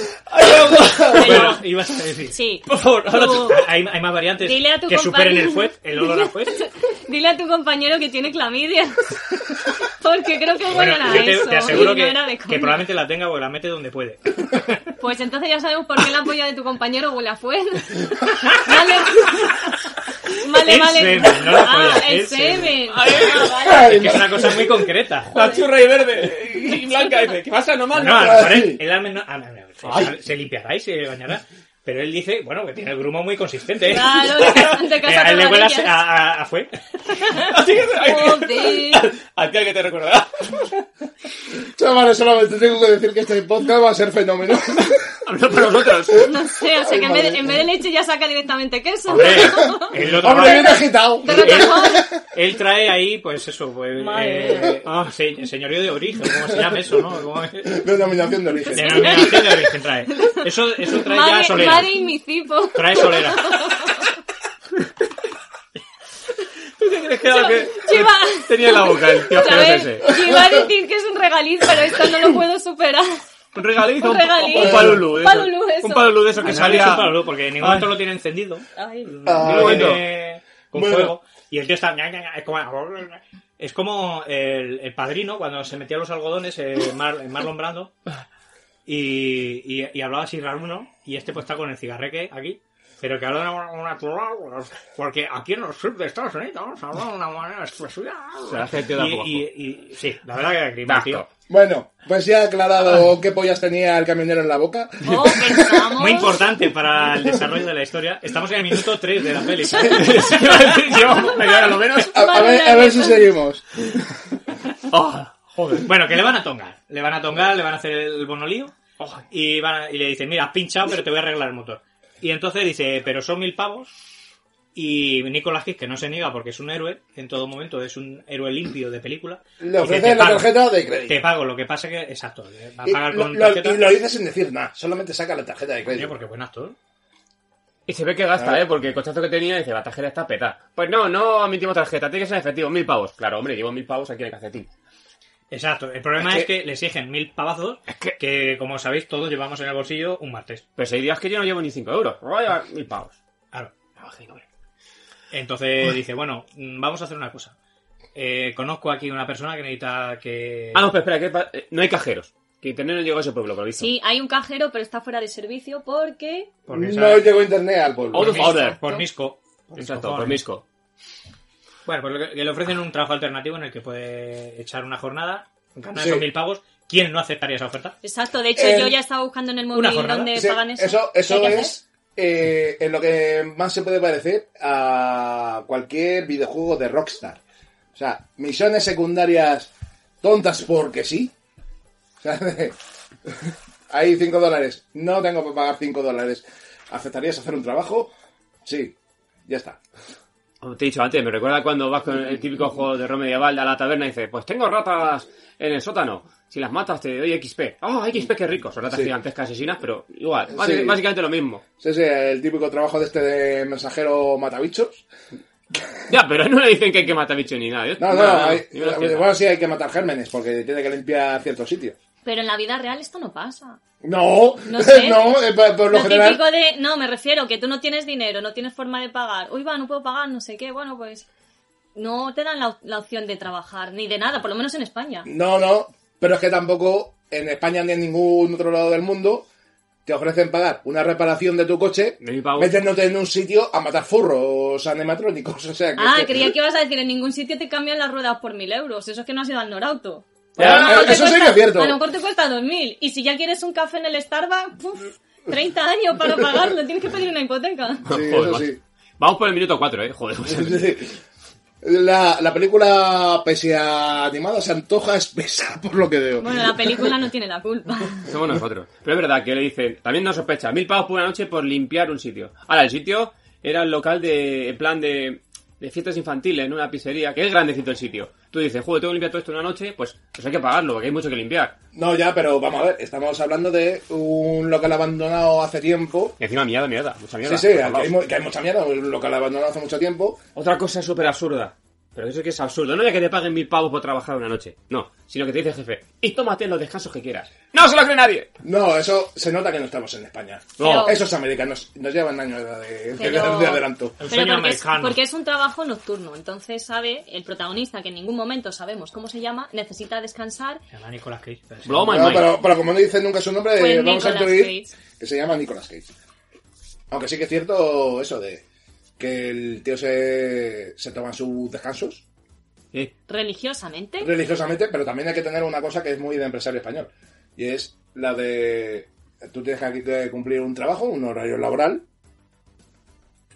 Bueno, ibas a decir. Sí. Por favor, ahora Tú- tú- hay, hay más variantes Dile a tu que superen el compañero- fuet, el olor a fuet. <laughs> Dile a tu compañero que tiene clamidia. <laughs> Porque creo que bueno, a yo te, eso. te aseguro y no que, era de que coña. probablemente la tenga porque la mete donde <laughs> puede. Pues entonces ya sabemos por qué la polla de tu compañero huele a <laughs> fuego. Vale. Vale, El vale. semen, no la ah, polla, el el semen. Ay, Es que es una cosa muy concreta. La churra y verde y blanca dice, ¿qué pasa? No mal, No, Ah, no. a lo mejor él, él al menos- ah, no, no, se- se limpiará y se bañará. Pero él dice, bueno, que tiene el grumo muy consistente. ¿eh? <laughs> Claro, de casa- de casa Eh, a él le huele a, amarillas. a, a- <laughs> a <laughs> fuet. Así que... Joder. A ti <laughs> al que te recordará. Chavales, solamente tengo que decir que este podcast va a ser <laughs> fenómeno. Hablo para nosotros. No sé, o sea que en vez, de, en vez de leche ya saca directamente queso. <laughs> Hombre, él lo Hombre, trabaja. bien agitado. De repente, Él trae ahí, pues eso, pues, Madre. eh, ah, se- señorío de origen, como se llama eso, ¿no? ¿Cómo es? Denominación de origen. Denominación de origen trae. Eso, eso trae ya madre, solera. madre y mi cipo. <laughs> Trae solera. ¿Tú te crees que era lo que Yo iba- tenía en la boca <laughs> el tío A asqueroso ver, ese? yo iba a decir que es un regaliz, pero esto no lo puedo superar. ¿Un regalizo? Un regalizo. Un palulú. de Un palulú, esos. eso. Un palulú de esos que Que salía salía... porque en ningún momento lo tiene encendido. Ay. Ah, Lo bueno. tiene con Bueno. fuego. Y el tío está. ña, ña, ña, Es como, es como el, el padrino cuando se metía los algodones, eh, Mar- Marlon Brando. Y, y, y hablaba así raro, ¿no? Y este pues está con el cigarreque aquí. Pero que habla de una manera natural, porque aquí en los sur de Estados Unidos habla de una manera especial. Se hace el tío de a Y- poco. y- y- sí, la verdad que era Da grima, asco. tío. Bueno, pues ya he Ah. aclarado qué pollas tenía el camionero en la <laughs> boca. Oh, pensamos. Muy importante para el desarrollo de la historia. Estamos en el minuto 3 de la peli. Sí, <laughs> iba a decir, Llevamos media hora lo menos. A, a ver, a ver si seguimos. Oh, joder. Bueno, que le van a tongar. Le van a tongar, le van a hacer el bonolío. Oh, Y, van a- y le dicen, mira, has pinchado, pero te voy a arreglar el motor. Y entonces dice, pero son mil pavos. Y Nicolas Cage, que no se niega porque es un héroe, en todo momento es un héroe limpio de película. Le dice, ofrecen "Te la pago, tarjeta de Te crédito. pago, lo que pasa que, exacto, va a Y pagar lo, con lo- tarjeta. y lo dice sin decir nada, solamente saca la tarjeta de Coño, crédito. porque buen actor. Y se ve que gasta, Ah. Claro. ¿eh? Porque el cochazo que tenía dice, la tarjeta está petada. Pues no, no admitimos tarjeta, tiene que ser en efectivo, mil pavos. Claro, hombre, llevo mil pavos aquí en el cacetín. Exacto, el problema Es es, que- que... le exigen mil pavazos, que- que... como sabéis todos llevamos en el bolsillo un martes. Pero si hay días que yo no llevo ni cinco euros, voy a llevar mil pavos. Claro. Imagino, hombre. Entonces dice, bueno, mm, vamos a hacer una cosa. Eh, conozco aquí una persona que necesita que... Ah, no, pero espera, que pa- eh, no hay cajeros. Que internet no llegó a ese pueblo, por lo visto. Sí, hay un cajero, pero está fuera de servicio porque... porque, No ¿sabes? llegó internet al pueblo. Out of Por order. mis- Por Misco. Por mis Exacto, cojones. por Misco. Bueno, pues lo que- que le ofrecen un trabajo alternativo en el que puede echar una jornada, ganar Sí. esos mil pavos. ¿Quién no aceptaría esa oferta? Exacto, de hecho Eh, yo ya estaba buscando en el una móvil jornada. donde Sí, pagan eso. Eso, eso ¿Qué hay que es eh, en lo que más se puede parecer a cualquier videojuego de Rockstar. O sea, misiones secundarias tontas porque sí. O sea, <laughs> Hay 5 dólares. No tengo para pagar 5 dólares. ¿Aceptarías hacer un trabajo? Sí. Ya está. Como te he dicho antes, me recuerda cuando vas con el típico juego de rol medieval a la taberna y dices, pues tengo ratas en el sótano. Si las matas te doy XP. ¡Ah, XP qué rico! Son ratas Sí. gigantescas asesinas, pero igual. Sí. básicamente- Básicamente lo mismo. Ese es el típico trabajo de este de mensajero matabichos. Ya, pero no le dicen que hay que matar bichos ni nada. Yo- No, no, hay- eh, ni me lo explico. <laughs> bueno, sí hay que matar gérmenes porque tiene que limpiar ciertos sitios. Pero en la vida real esto no pasa. No, no, <laughs> No sé. eh, por, por lo, general. típico de... No, me refiero que tú no tienes dinero, no tienes forma de pagar. Uy, va, no puedo pagar, no sé qué. Bueno, pues no te dan la, op- la opción de trabajar, ni de nada, por lo menos en España. No, no, pero es que tampoco en España ni en ningún otro lado del mundo te ofrecen pagar una reparación de tu coche Mil pavos. metiéndote en un sitio a matar furros animatrónicos. <laughs> O sea, que Ah, es que- creía que ibas a decir, en ningún sitio te cambian las ruedas por mil euros. Eso es que no has ido al Norauto. Pues Ya, eh, A lo mejor te eso sí cuesta- que es cierto. A lo mejor te cuesta 2.000. Y si ya quieres un café en el Starbucks, puf, 30 años para pagarlo. Tienes que pedir una <laughs> hipoteca. Sí, Joder, eso macho. sí. Vamos por el minuto 4, eh. Joder, o sea, Sí. La, la película, pese a animada, se antoja espesa <laughs> por lo que veo. Bueno, la película no tiene la culpa. somos nosotros. Pero es verdad que le dicen, también nos sospecha, mil pavos por una noche por limpiar un sitio. Ahora, el sitio era el local de, en plan de, de fiestas infantiles, en una pizzería, que es grandecito el sitio. Tú dices, joder, tengo que limpiar todo esto en una noche, pues, pues hay que pagarlo, porque hay mucho que limpiar. No, ya, pero vamos a ver, estamos hablando de un local abandonado hace tiempo. Y encima mierda, mierda, mucha mierda. Sí, sí, por todos que hay, lados. mu- que hay mucha mierda, un local abandonado hace mucho tiempo. Otra cosa súper absurda. Pero eso es que es absurdo. No es que te paguen mil pavos por trabajar una noche. No, sino que te dice el jefe, y tómate los descansos que quieras. ¡No se lo cree nadie! No, eso se nota que no estamos en España. No. Esos americanos nos llevan años de, de- Pero- de adelanto. El Pero sueño porque es, americano. porque es un trabajo nocturno. Entonces sabe, el protagonista, que en ningún momento sabemos cómo se llama, necesita descansar. Se llama Nicolas Cage. pero sí. Blow my No, mind. pero, pero como no dicen nunca su nombre, Pues eh, vamos a Nicolas incluir Cage. que se llama Nicolas Cage. Aunque sí que es cierto eso de que el tío se, se toma sus descansos Sí. Religiosamente. religiosamente, pero también hay que tener una cosa que es muy de empresario español. Y es la de... Tú tienes que- que cumplir un trabajo, un horario laboral.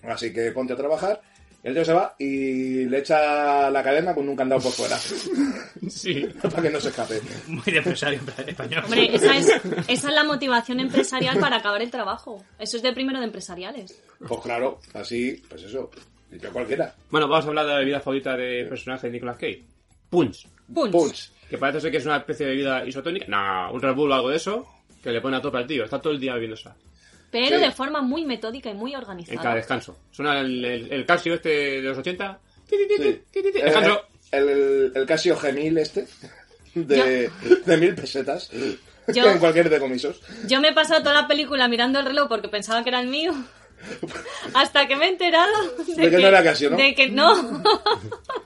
Así que ponte a trabajar. El tío se va y le echa la cadena con un candado por fuera. Sí, <laughs> para que no se escape. muy de empresario español. Hombre, esa es, esa es la motivación empresarial para acabar el trabajo. Eso es de primero de empresariales. Pues claro, así, pues eso. Limpia cualquiera. Bueno, vamos a hablar de la bebida favorita del personaje de Nicolas Cage. Punch. Punch. Punch. Que parece ser que es una especie de bebida isotónica. No, un Red Bull o algo de eso. Que le pone a tope al tío. Está todo el día bebiendo esa. Pero Sí. de forma muy metódica y muy En cada organizada. descanso. Suena el, el, el Casio este de los 80. Ti, ti, <laughs> ti, Sí. ti, ti, ti. Eh, Descanso. El, el, Casio G1000 este. De, de mil pesetas. Yo- <laughs> En cualquier decomisos. Yo me he pasado toda la película mirando el reloj porque pensaba que era el mío. Hasta que me he enterado de, que no era Casio, ¿no? De que no.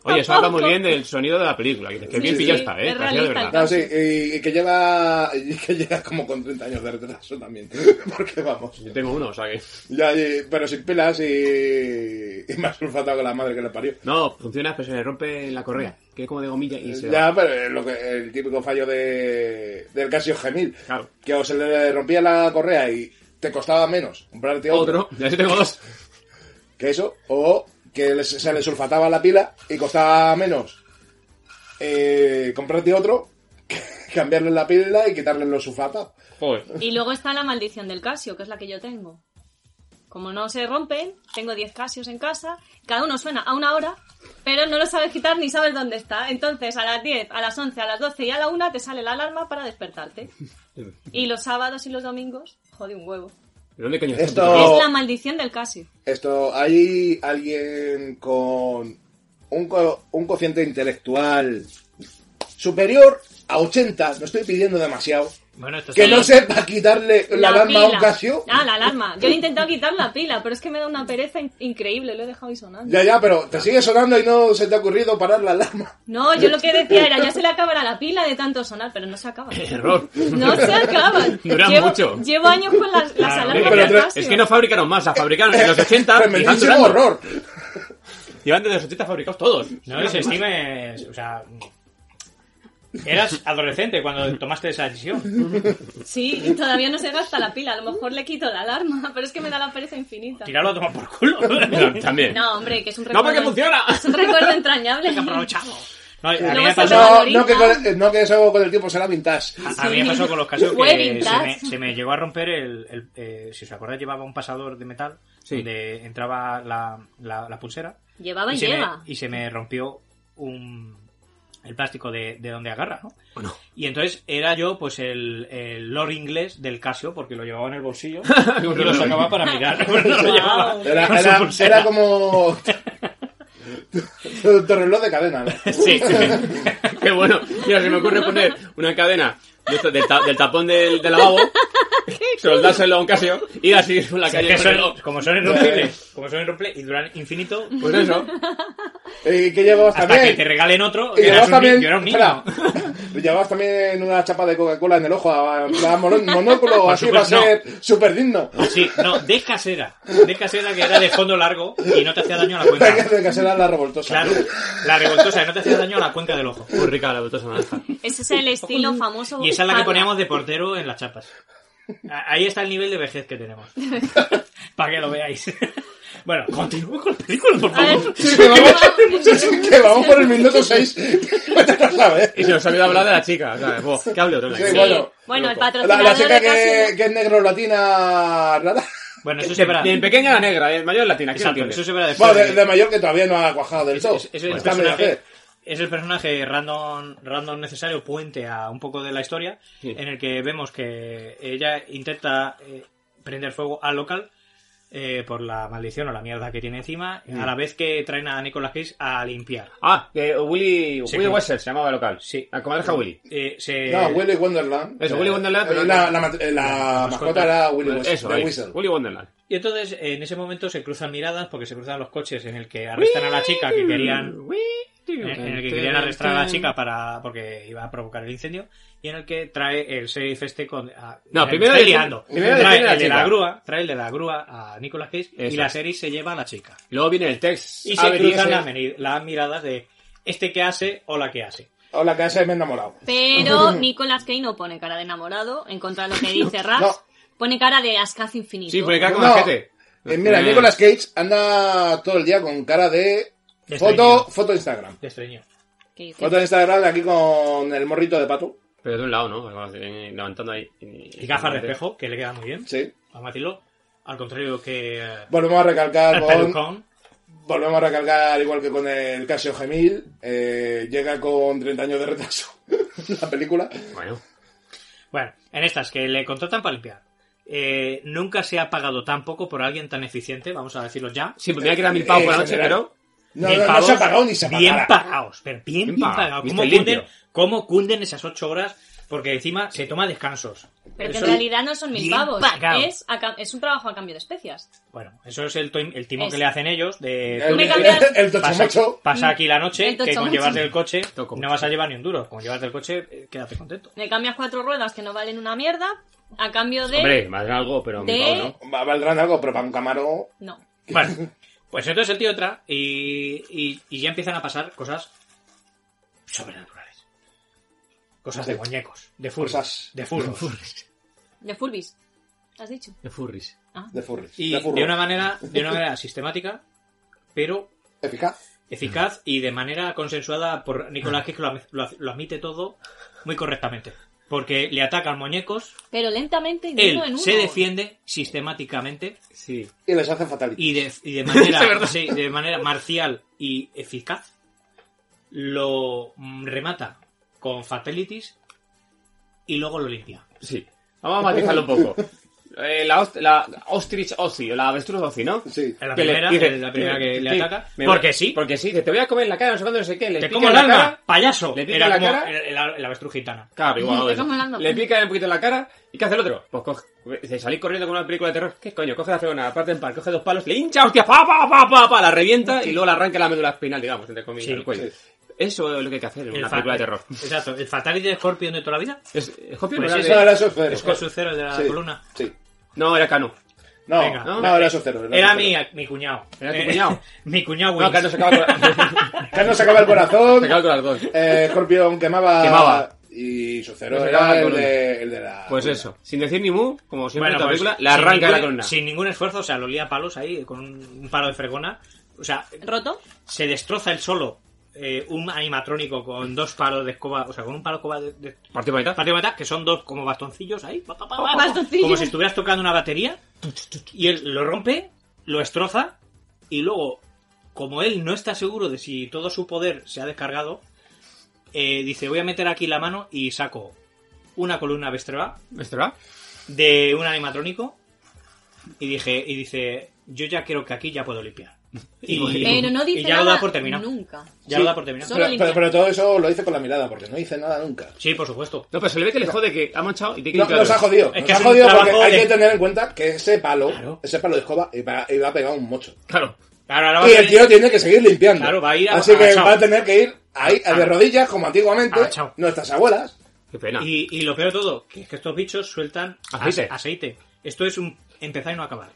Oye, eso habla muy bien del sonido de la película. Que, que Sí, bien sí, pillado sí. está, eh. Es Parecía de realista. verdad. No, sí, y, y que lleva y que llega como con 30 años de retraso también. <laughs> Porque vamos. Yo tengo uno, o sea que. Ya, y- pero sin pilas y, y más sulfatado que la madre que le parió. No, funciona, pero se le rompe la correa. Que es como de gomilla y se. va. Ya, pero es lo que, el típico fallo de, del Casio G1000. Claro. Que o se le rompía la correa y te costaba menos comprarte Otro. Ya sí tengo dos. que eso, o que les- se le sulfataba la pila y costaba menos eh, comprarte otro, <laughs> cambiarle la pila y quitarle los sulfatos. Joder. Y luego está la maldición del Casio, que es la que yo tengo. Como no se rompen, tengo 10 casios en casa, cada uno suena a una hora, pero no lo sabes quitar ni sabes dónde está. Entonces, a las 10, a las 11, a las 12 y a la 1 te sale la alarma para despertarte. Y los sábados y los domingos, jode un huevo. ¿De dónde coño está Esto- tu Oh. Es la maldición del casio. Esto, ¿hay alguien con un, co- un cociente intelectual superior a 80? No estoy pidiendo demasiado. Bueno, esto Que sí. no sepa quitarle la, alarma a un pila. Casio. Ah, la alarma. Yo he intentado quitar la pila, pero es que me da una pereza in- increíble, lo he dejado ahí sonando. Ya, ya, pero te sigue sonando y no se te ha ocurrido parar la alarma. No, yo lo que decía era, ya se le acabará la pila de tanto sonar, pero no se acaba. Error. No se <laughs> acaban. Duran llevo, mucho. Llevo años con las, las Claro, alarmas pero del tres- Casio. Es que no fabricaron más, las fabricaron en los 80 y van Tremendísimo durando. horror. Y van desde los 80 fabricados todos. No desestimes, o sea... Eras adolescente cuando tomaste esa decisión. Sí, y todavía no se gasta la pila. A lo mejor le quito la alarma, <laughs> pero es que me da la pereza infinita. Tirarlo a tomar por culo. También. No, hombre, que es un No, recuerdo. porque funciona. <laughs> Es un recuerdo entrañable. que aprovechamos. No, a mí me Luego pasó... se No, valoriza. no que, con, eh, no que eso con el tiempo será vintage. A a mí me pasó con los casos Fue que se vintage. me, se me llegó a romper el, el, eh, si os acordáis llevaba un pasador de metal Sí. donde entraba la, la, la pulsera Llevaba y, se me, lleva. y se me rompió un el plástico de, de donde agarra, ¿no? Y entonces era yo pues el, el lord inglés del Casio porque lo llevaba en el bolsillo <laughs> y lo sacaba para <laughs> mirar, pero <laughs> no lo Wow. llevaba. Era, con su era- pulsera. era como. <laughs> tu reloj de cadena, ¿no? Sí. <laughs> <laughs> Qué bueno. Mira, se me ocurre poner una cadena de esto- del, ta- del tapón del, del lavabo, soldárselo a un casio, ir así por la Es calle. que con son- el- como son irrompibles, como son irrompibles y duran infinito Pues eso. Y que llevabas hasta también. que te regalen otro, Y que eras llevabas también. un niño, yo era un niño. espera, <laughs> llevabas también una chapa de Coca-Cola en el ojo, a- en plan mono- <laughs> monóculo, Por así va a supuesto, ser súper <laughs> digno. Sí, no, de casera. De casera que era de fondo largo y no te hacía daño a la Hay que <laughs> cuenca. hacer que será la revoltosa. Claro, la revoltosa, no te hacía daño a la cuenca del ojo. Muy rica la botosa naranja. Ese es el estilo famoso. Y esa es la que Farra. poníamos de portero en las chapas. A- Ahí está el nivel de vejez que tenemos. Para que lo veáis. Bueno, continúo con la película, por A favor. ver. <laughs> Sí, que vamos, <laughs> <laughs> sí, sí, que vamos por el minuto <laughs> <laughs> 6. Y se nos ha olvidado hablar de la chica. ¿sabes? Buah, ¿Qué hablo? Sí, Sí. bueno. Bueno, el La, patrocinador la chica de que, Casio. que es negro-latina rara. Bueno, eso se verá. Ni en pequeña la negra, ni en mayor latina. ¿Qué Exacto, eso se verá después. Bueno, de, de mayor que todavía no ha cuajado del Es- todo. es- es el Está medio personaje, Pues hacer. es el personaje random, random necesario, puente a un poco de la historia, Sí. en el que vemos que ella intenta eh, prender fuego al local eh, por la maldición o la mierda que tiene encima, a la vez que traen a Nicolas Cage a limpiar. Ah, que Willy, Sí, Willy claro. Wessel se llamaba el local. Sí. La comadreja Willy. Eh, se- No, Willy Wonderland. Eso, Willy Wonderland, pero- La, la, mat- eh, la mascota era Willy Whistle. Pues Eso, de ahí. Whistle. Willy Wonderland. Y entonces en ese momento se cruzan miradas porque se cruzan los coches en el que arrestan a la chica que querían en en Este el que querían arrestar a la chica para porque iba a provocar el incendio y en el que trae el sheriff este con a- No, me primero estoy defi- liando. primero trae define a la el de la chica. grúa trae el de la grúa a Nicolas Cage y Eso. la serie se lleva a la chica Luego viene el text. y A se ver, cruzan ese- las meni- las miradas de este que hace o la que hace O la casa de me he enamorado. <laughs> Pero Nicolas Cage no pone cara de enamorado, en contra de lo que dice Raps. No. Pone cara de ascaz infinito. Sí, porque cara con No. la gente. Eh, mira, Eh. Nicolas Cage anda todo el día con cara de De foto, estreñido. foto Instagram. de estreño Que- que- Foto de Instagram aquí con el morrito de pato. Pero de un lado, ¿no? eh, Levantando ahí. Y y gafas de espejo que le queda muy bien Sí. vamos a decirlo al contrario que eh, Volvemos a recalcar al con, pelucón volvemos a recalcar igual que con el Casio G1000, eh, llega con 30 años de retraso <laughs> la película. Bueno. Bueno, en estas que le contratan para limpiar. Eh, nunca se ha pagado tan poco por alguien tan eficiente, vamos a decirlo ya. Sí, pues mira que era mil Eh, pavos por la noche, general. pero. No, Mil no, no pavos, se ha pagado ni se Bien pagará. pagados, pero bien, Bien bien, pagado, pagados. ¿Cómo viste, cunden, limpio. cómo cunden esas ocho horas? Porque encima se toma descansos. Pero que en Eso- realidad no son mil Bien pavos. pagado. Es, a cam- es un trabajo a cambio de especias. Bueno, eso es el, toim- el timón Es- que le hacen ellos de... El, me el, cambias- el Pasa, tochomocho. pasa aquí la El noche, que con tochomocho. llevarte el coche Toco. no vas a llevar ni un duro. Con llevarte el coche, eh, quédate contento. Le cambias cuatro ruedas que no valen una mierda a cambio de... Hombre, más de algo, pero mil de- pavos, ¿no? Va- Valdrán algo, pero para un camaro. No. Bueno, <laughs> pues entonces el tío entra y, y- y ya empiezan a pasar cosas sobrenaturales. Cosas de muñecos, de furros, Cosas. de furros. De Furbis. ¿Has dicho? De furris. De furries. Y de furro. de una manera, de una manera sistemática, pero Eficaz. eficaz y de manera consensuada por Nicolás Cage, que lo, am- lo, lo admite todo muy correctamente. porque le atacan muñecos. Pero lentamente y de Él uno en uno. se defiende sistemáticamente Sí. Y les hacen fatality. y de, y de <laughs> manera, sí, de manera marcial y eficaz lo mm, remata con fatalities y luego lo limpia. Sí. Vamos a matizarlo un poco. Eh, la, ost- la ostrich Ozzy, o la avestruz Ozzy, ¿no? Sí. En la eh, Que le- primera, dice, en la primera que le sí, ataca. me- Porque sí, Porque sí, que te voy a comer la cara, no sé cuándo, no sé qué. Le te pica como el la alma, cara. payaso. le pica Era la como cara. el, el- el avestruz gitana. Claro, igual. Te <laughs> algo de eso. como el alma. Le pica un poquito la cara. ¿Y qué hace el otro? Pues coge, se salí corriendo con una película de terror. ¿Qué coño? Coge la fregona, aparte en par, coge dos palos, le hincha, hostia, pa, pa, pa, pa, pa, la revienta y luego le arranca la médula espinal, digamos, entre comillas, Sí, el cuello. Eso es lo que hay que hacer en una fa- película de terror. Exacto, el fatality de Scorpion de toda la vida. Es, Scorpion Pues no, sí, era No, de- era Sub Zero. Es con sus ceros de la Sí, columna. Sí. no, era Cano. No, Venga. no, era Sub Zero. Era Sub mi, Zero. mi cuñado. Era tu Eh, cuñado. <laughs> mi cuñado No, Wills. Cano se <laughs> acaba Ya con, nos sacaba el se acaba corazón. con las dos. Eh, Scorpion quemaba. Quemaba. Y Sub Zero Pues Nos sacaba era la el columna. de, el de la. Pues eso, sin decir ni mu, como siempre en Bueno, esta pues, película, la sin arranca de la ningún- columna. Sin ningún esfuerzo, o sea, lo lía a palos ahí con un, un palo de fregona. O sea, ¿Roto? se destroza el solo eh, un animatrónico con dos palos de escoba, o sea, con un palo de escoba de, de- Partido para mitad. patio de batalla, que son dos como bastoncillos ahí, pa, pa, pa, pa, pa, Bastoncillos. como si estuvieras tocando una batería, y él lo rompe, lo destroza, y luego, como él no está seguro de si todo su poder se ha descargado, eh, dice, voy a meter aquí la mano y saco una columna bestreba ¿Este va? de un animatrónico, y dije, y dice, yo ya creo que aquí ya puedo limpiar. Y, Pero no dice y ya nada lo da por terminado. nunca. Ya Sí. lo da por terminado. Solo Pero, limpia. pero- pero todo eso lo hice con la mirada, porque no hice nada nunca. Sí, por supuesto. No, pero se le ve que le jode que ha manchado y tiene que No, limpiar nos ha todo. jodido. Es nos que ha es un jodido porque trabajo hay de- que tener en cuenta que ese palo, Claro. ese palo de escoba, iba, iba a pegar un mocho. Claro. Ahora, ahora va a Y el ser- tío tiene que seguir limpiando. Claro, va a ir a- Así que agachado. va a tener que ir ahí a de Agachado. rodillas, como antiguamente Agachado. nuestras abuelas. Qué pena. Y, y lo peor de todo, que es que estos bichos sueltan Aceite. ace- aceite. Esto es un empezar y no acabar.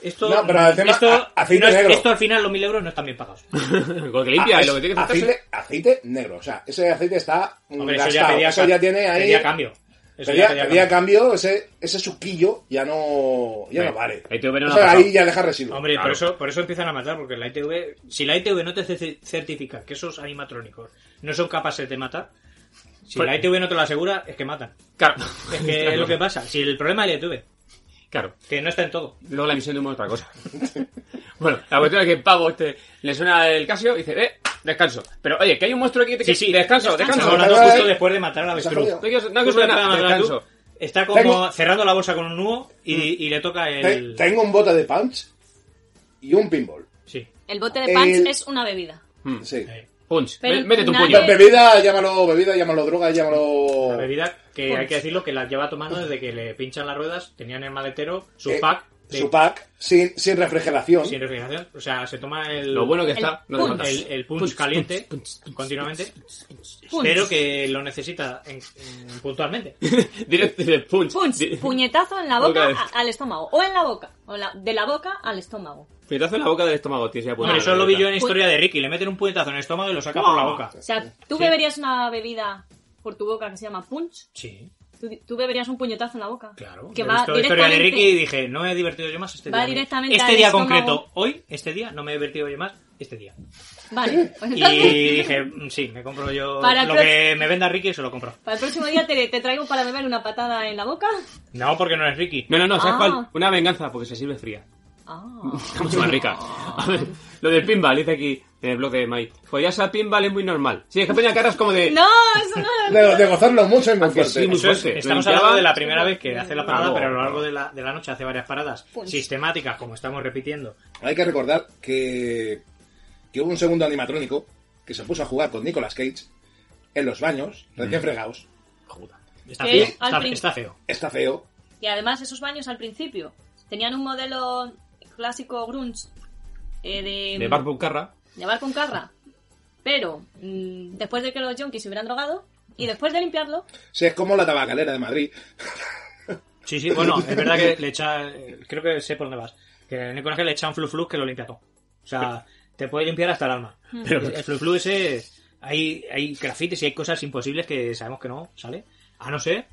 Esto, No, pero el tema, esto, a- aceite no es- negro. esto al final los mil euros no están bien pagados. <laughs> Con que limpia Ah, y es lo que tiene que hacer. aceite, aceite negro. O sea, ese aceite está mm, Hombre, eso gastado. ya pedía, Eso ya tiene ahí. pedía cambio. Eso Pedía, ya pedía pedía cambio. cambio, ese, ese suquillo ya no, ya no vale. ahí te ven O una sea, pasada. ahí ya deja residuos. Hombre, Claro. por, eso, por eso empiezan a matar, porque la ITV, si la ITV no te ce- certifica que esos animatrónicos no son capaces de matar, si Pues- la ITV no te lo asegura, es que matan. Claro. Es <laughs> que es lo que pasa. Si el problema es la ITV, Claro. que no está en todo. Luego la emisión de humo es otra cosa. bueno, la cuestión es que Pavo este, le suena el casio y dice, eh, descanso. Pero oye, que hay un monstruo aquí que Sí, sí. descanso, Estamos descanso. Ahora hablando Ahora- justo después de matar a la Nos ha avestruz. jodido. No quiero, no Justo quiero después saber de nada, matar a la avestruz, descanso. Está como Tengo- cerrando la bolsa con un nudo y, y le toca Te- el... Tengo un bote de punch y un pinball. Sí. El bote de punch El- es una bebida. Mm. Sí. Eh, Punch, Pero mé- métete un nadie- puño. Be- Bebida, llámalo bebida, llámalo droga, Una llámalo... bebida que Punch. hay que decirlo que la lleva tomando desde que le pinchan las ruedas. Tenía en el maletero su eh, pack de- Su pack, sin, sin refrigeración. sin refrigeración. O sea, se toma el, Lo bueno que El está, no te punch. matas. el, el punch, caliente continuamente, Punch. pero que lo necesita en- en- puntualmente. Directo de punch. Di- <laughs> Punch, puñetazo en la boca Boca de- a- al estómago. O en la boca. O la- de la boca al estómago. Puñetazo en la boca del estómago, tío. si ya puedo Hombre, hablar, eso lo vi ¿verdad? yo en historia de Ricky. Le meten un puñetazo en el estómago y lo saca por la boca. O sea, tú beberías una bebida por tu boca que se llama punch. Sí, Tú, tú beberías un puñetazo en la boca. claro. Que He va visto la historia de directamente- Ricky y dije, no me he divertido yo más este Va día. directamente este al día estómago. concreto, hoy, este día, no me he divertido yo más <laughs> este día. Vale. pues entonces, Y dije, mm, sí, me compro yo Para lo que- que me venda Ricky, se lo compro. Para el próximo día te, te traigo para beber una patada en la boca. No, porque no es Ricky. No, no, no, ¿sabes Ah. cuál? Una venganza, porque se sirve fría. Ah. Está mucho más rica. A ver, lo del pinball, dice aquí en el blog de Mai. Follarse al pinball es muy normal. Sí, es que ponía caras como de... No, eso no De, de gozarlo mucho y muy Ah, que fuerte. sí, muy- Eso es, fuerte. Ah, estamos Limpiaba- hablando de la primera vez que hace la parada, Bravo. pero a lo largo de la, de la noche hace varias paradas Pues- sistemáticas, como estamos repitiendo. Hay que recordar que, que hubo un segundo animatrónico que se puso a jugar con Nicolas Cage en los baños, Mm. recién fregados. Está Que feo. es al Está, prin- está feo. Está feo. Y además esos baños al principio tenían un modelo clásico grunge eh, de, De Bart Bucarra. de bar con carra. Pero mm, después de que los junkies se hubieran drogado y después de limpiarlo, Si es como la tabacalera de Madrid. Sí, sí, bueno, es verdad que le echa. eh, Creo que sé por dónde vas. Que Nicolás que le echa un flu-flu que lo limpia todo. O sea, te puede limpiar hasta el alma. Pero el flu-flu ese. Hay, hay grafites y hay cosas imposibles que sabemos que no sale. A no ser.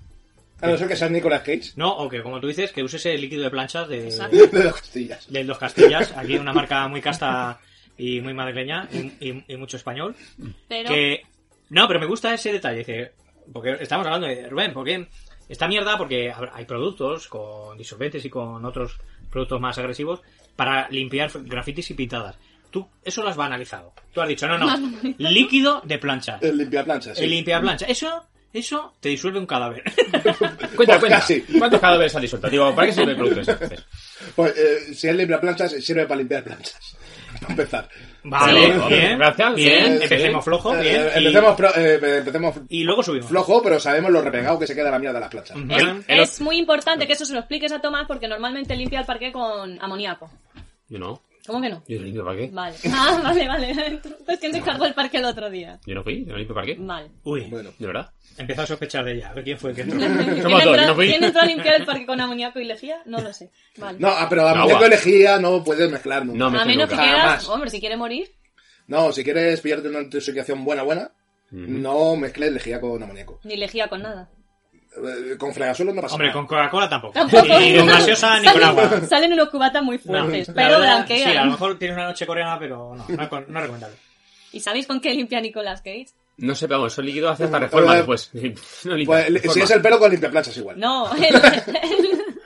A no ser que seas Nicolas Cage. No, o que como tú dices, que uses el líquido de planchas de. Exacto. <laughs> De las costillas. de los Castillas, aquí una marca muy casta y muy madrileña y, y- y mucho español. pero Que no, pero me gusta ese detalle. Dice, Porque estamos hablando de Rubén, porque esta mierda, porque hab- hay productos con disolventes y con otros productos más agresivos para limpiar grafitis y pintadas. Tú eso lo has banalizado. Tú has dicho, no, no, líquido de plancha. El limpiaplanchas. El limpia plancha. Eso, eso te disuelve un cadáver. Pues Cuenta, cuenta. casi. ¿Cuántos cadáveres ha disuelto? Digo, ¿para qué sirve el producto ese? entonces? Pues, eh, si es limpiaplanchas, sirve para limpiar planchas. <laughs> Para empezar. vale, Vale, bien. gracias, Bien, sí, empecemos sí. flojo, Eh, bien. eh, y- empecemos, pro- eh, empecemos y, luego subimos. flojo, pero sabemos lo repegado que se queda la mierda de las planchas. Ujú. El- el- Es muy importante que eso se lo expliques a Tomás porque normalmente limpia el parque con amoníaco. Yo no. ¿Cómo que no? Yo limpio para qué. Vale. <laughs> Ah, vale, vale. <laughs> Entonces, ¿quién se cargó el parque el otro día? Yo no fui, yo no limpio para qué. Vale. Uy, Bueno, De verdad. empiezo a sospechar de ella. A ver quién fue el que <laughs> entró. ¿Quién dos, entró, yo no fui. quién entró a limpiar el parque con amoníaco y lejía? No lo sé. Vale. no, ah, pero No, amoníaco va. y lejía no puedes mezclar nunca. No, No, me A menos que nunca. quieras, Jamás. hombre, si quiere morir. si quieres pillarte una intoxicación buena, buena, no mezcles lejía con amoníaco. Ni lejía con nada. Eh, Con fregasuelo no pasa Hombre, nada. con Coca-Cola tampoco. Tampoco. Ni con gaseosa ni con Salen- agua. Salen unos cubatas muy No, fuertes, la pero verdad, blanquean. Sí, a lo mejor tienes una noche coreana, pero no, no, es con- no es recomendable. ¿Y sabéis con qué limpia Nicolas Cage? No sé, pero vamos, eso líquido hace hasta reforma Hola. después. <laughs> No limpia. eh, Pues, le- si reforma. es el pelo con limpiaplanchas igual. No, el, el-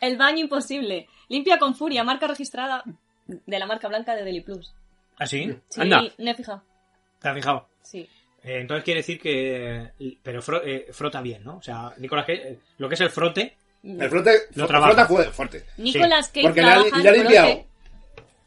el baño imposible. Limpia con furia, marca registrada de la marca blanca de Deli Plus. ¿Ah, sí? Sí, Anda. me he fijado. ¿Te has fijado? Sí. Eh, entonces quiere decir que... Pero fro- eh, frota bien, ¿no? O sea, Nicolás, Cage, eh, lo que es el frote... El frote, Lo fro- trabaja. frota fue fuerte. Nicolas Cage Porque le ha, trabaja le ha en limpiado. brote.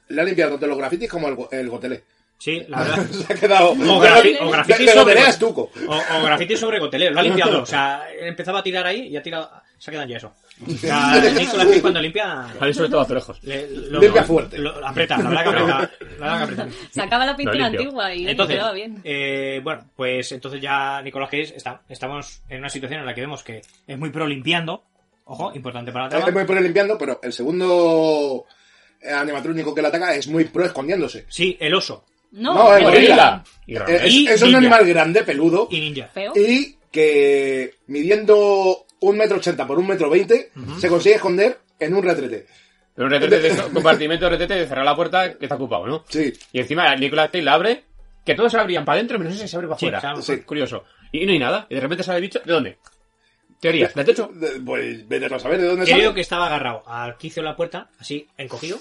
Le ha limpiado tanto los grafitis como el, go- el gotelé. Sí, la verdad. <laughs> Se ha quedado. O, grafi- o de, graffiti de gotelé sobre... a estuco. O, o graffiti sobre gotelero. Lo ha limpiado. O sea, empezaba a tirar ahí y ha tirado... Se ha quedado en yeso. O sea, Nicolás Cage cuando limpia... Javi sobre todo azulejos. le- Limpia fuerte. lo- aprieta, la verdad que aprieta. La verdad que aprieta. Sacaba la pintura Lo limpio. antigua y Entonces, quedaba bien. eh, bueno, pues entonces ya Nicolás Cage está, estamos en una situación en la que vemos que es muy pro limpiando. Ojo, importante para la Es trama. muy pro limpiando, pero el segundo eh, animatrónico que le ataca es muy pro escondiéndose. Sí, el oso No, no, el el <laughs> gorila. gorila. Y gran- Eh, es, Y es un ninja. animal grande, peludo, y ninja. Feo. y que midiendo un metro ochenta por un metro veinte se consigue esconder en un retrete. Pero un eh, retrete de eso, compartimento de retrete de cerrar la puerta que está ocupado, ¿no? Sí. Y encima Nicolás Cage la abre, que todos se abrían para adentro, menos ese se abre para Sí, afuera. claro. Sí. Curioso. Y no hay nada. Y de repente sale el bicho. ¿De dónde? Eh, Teoría. ¿Del techo? <laughs> De- Pues vete a saber de dónde Creo sale. que estaba agarrado al quicio de la puerta, así, encogido.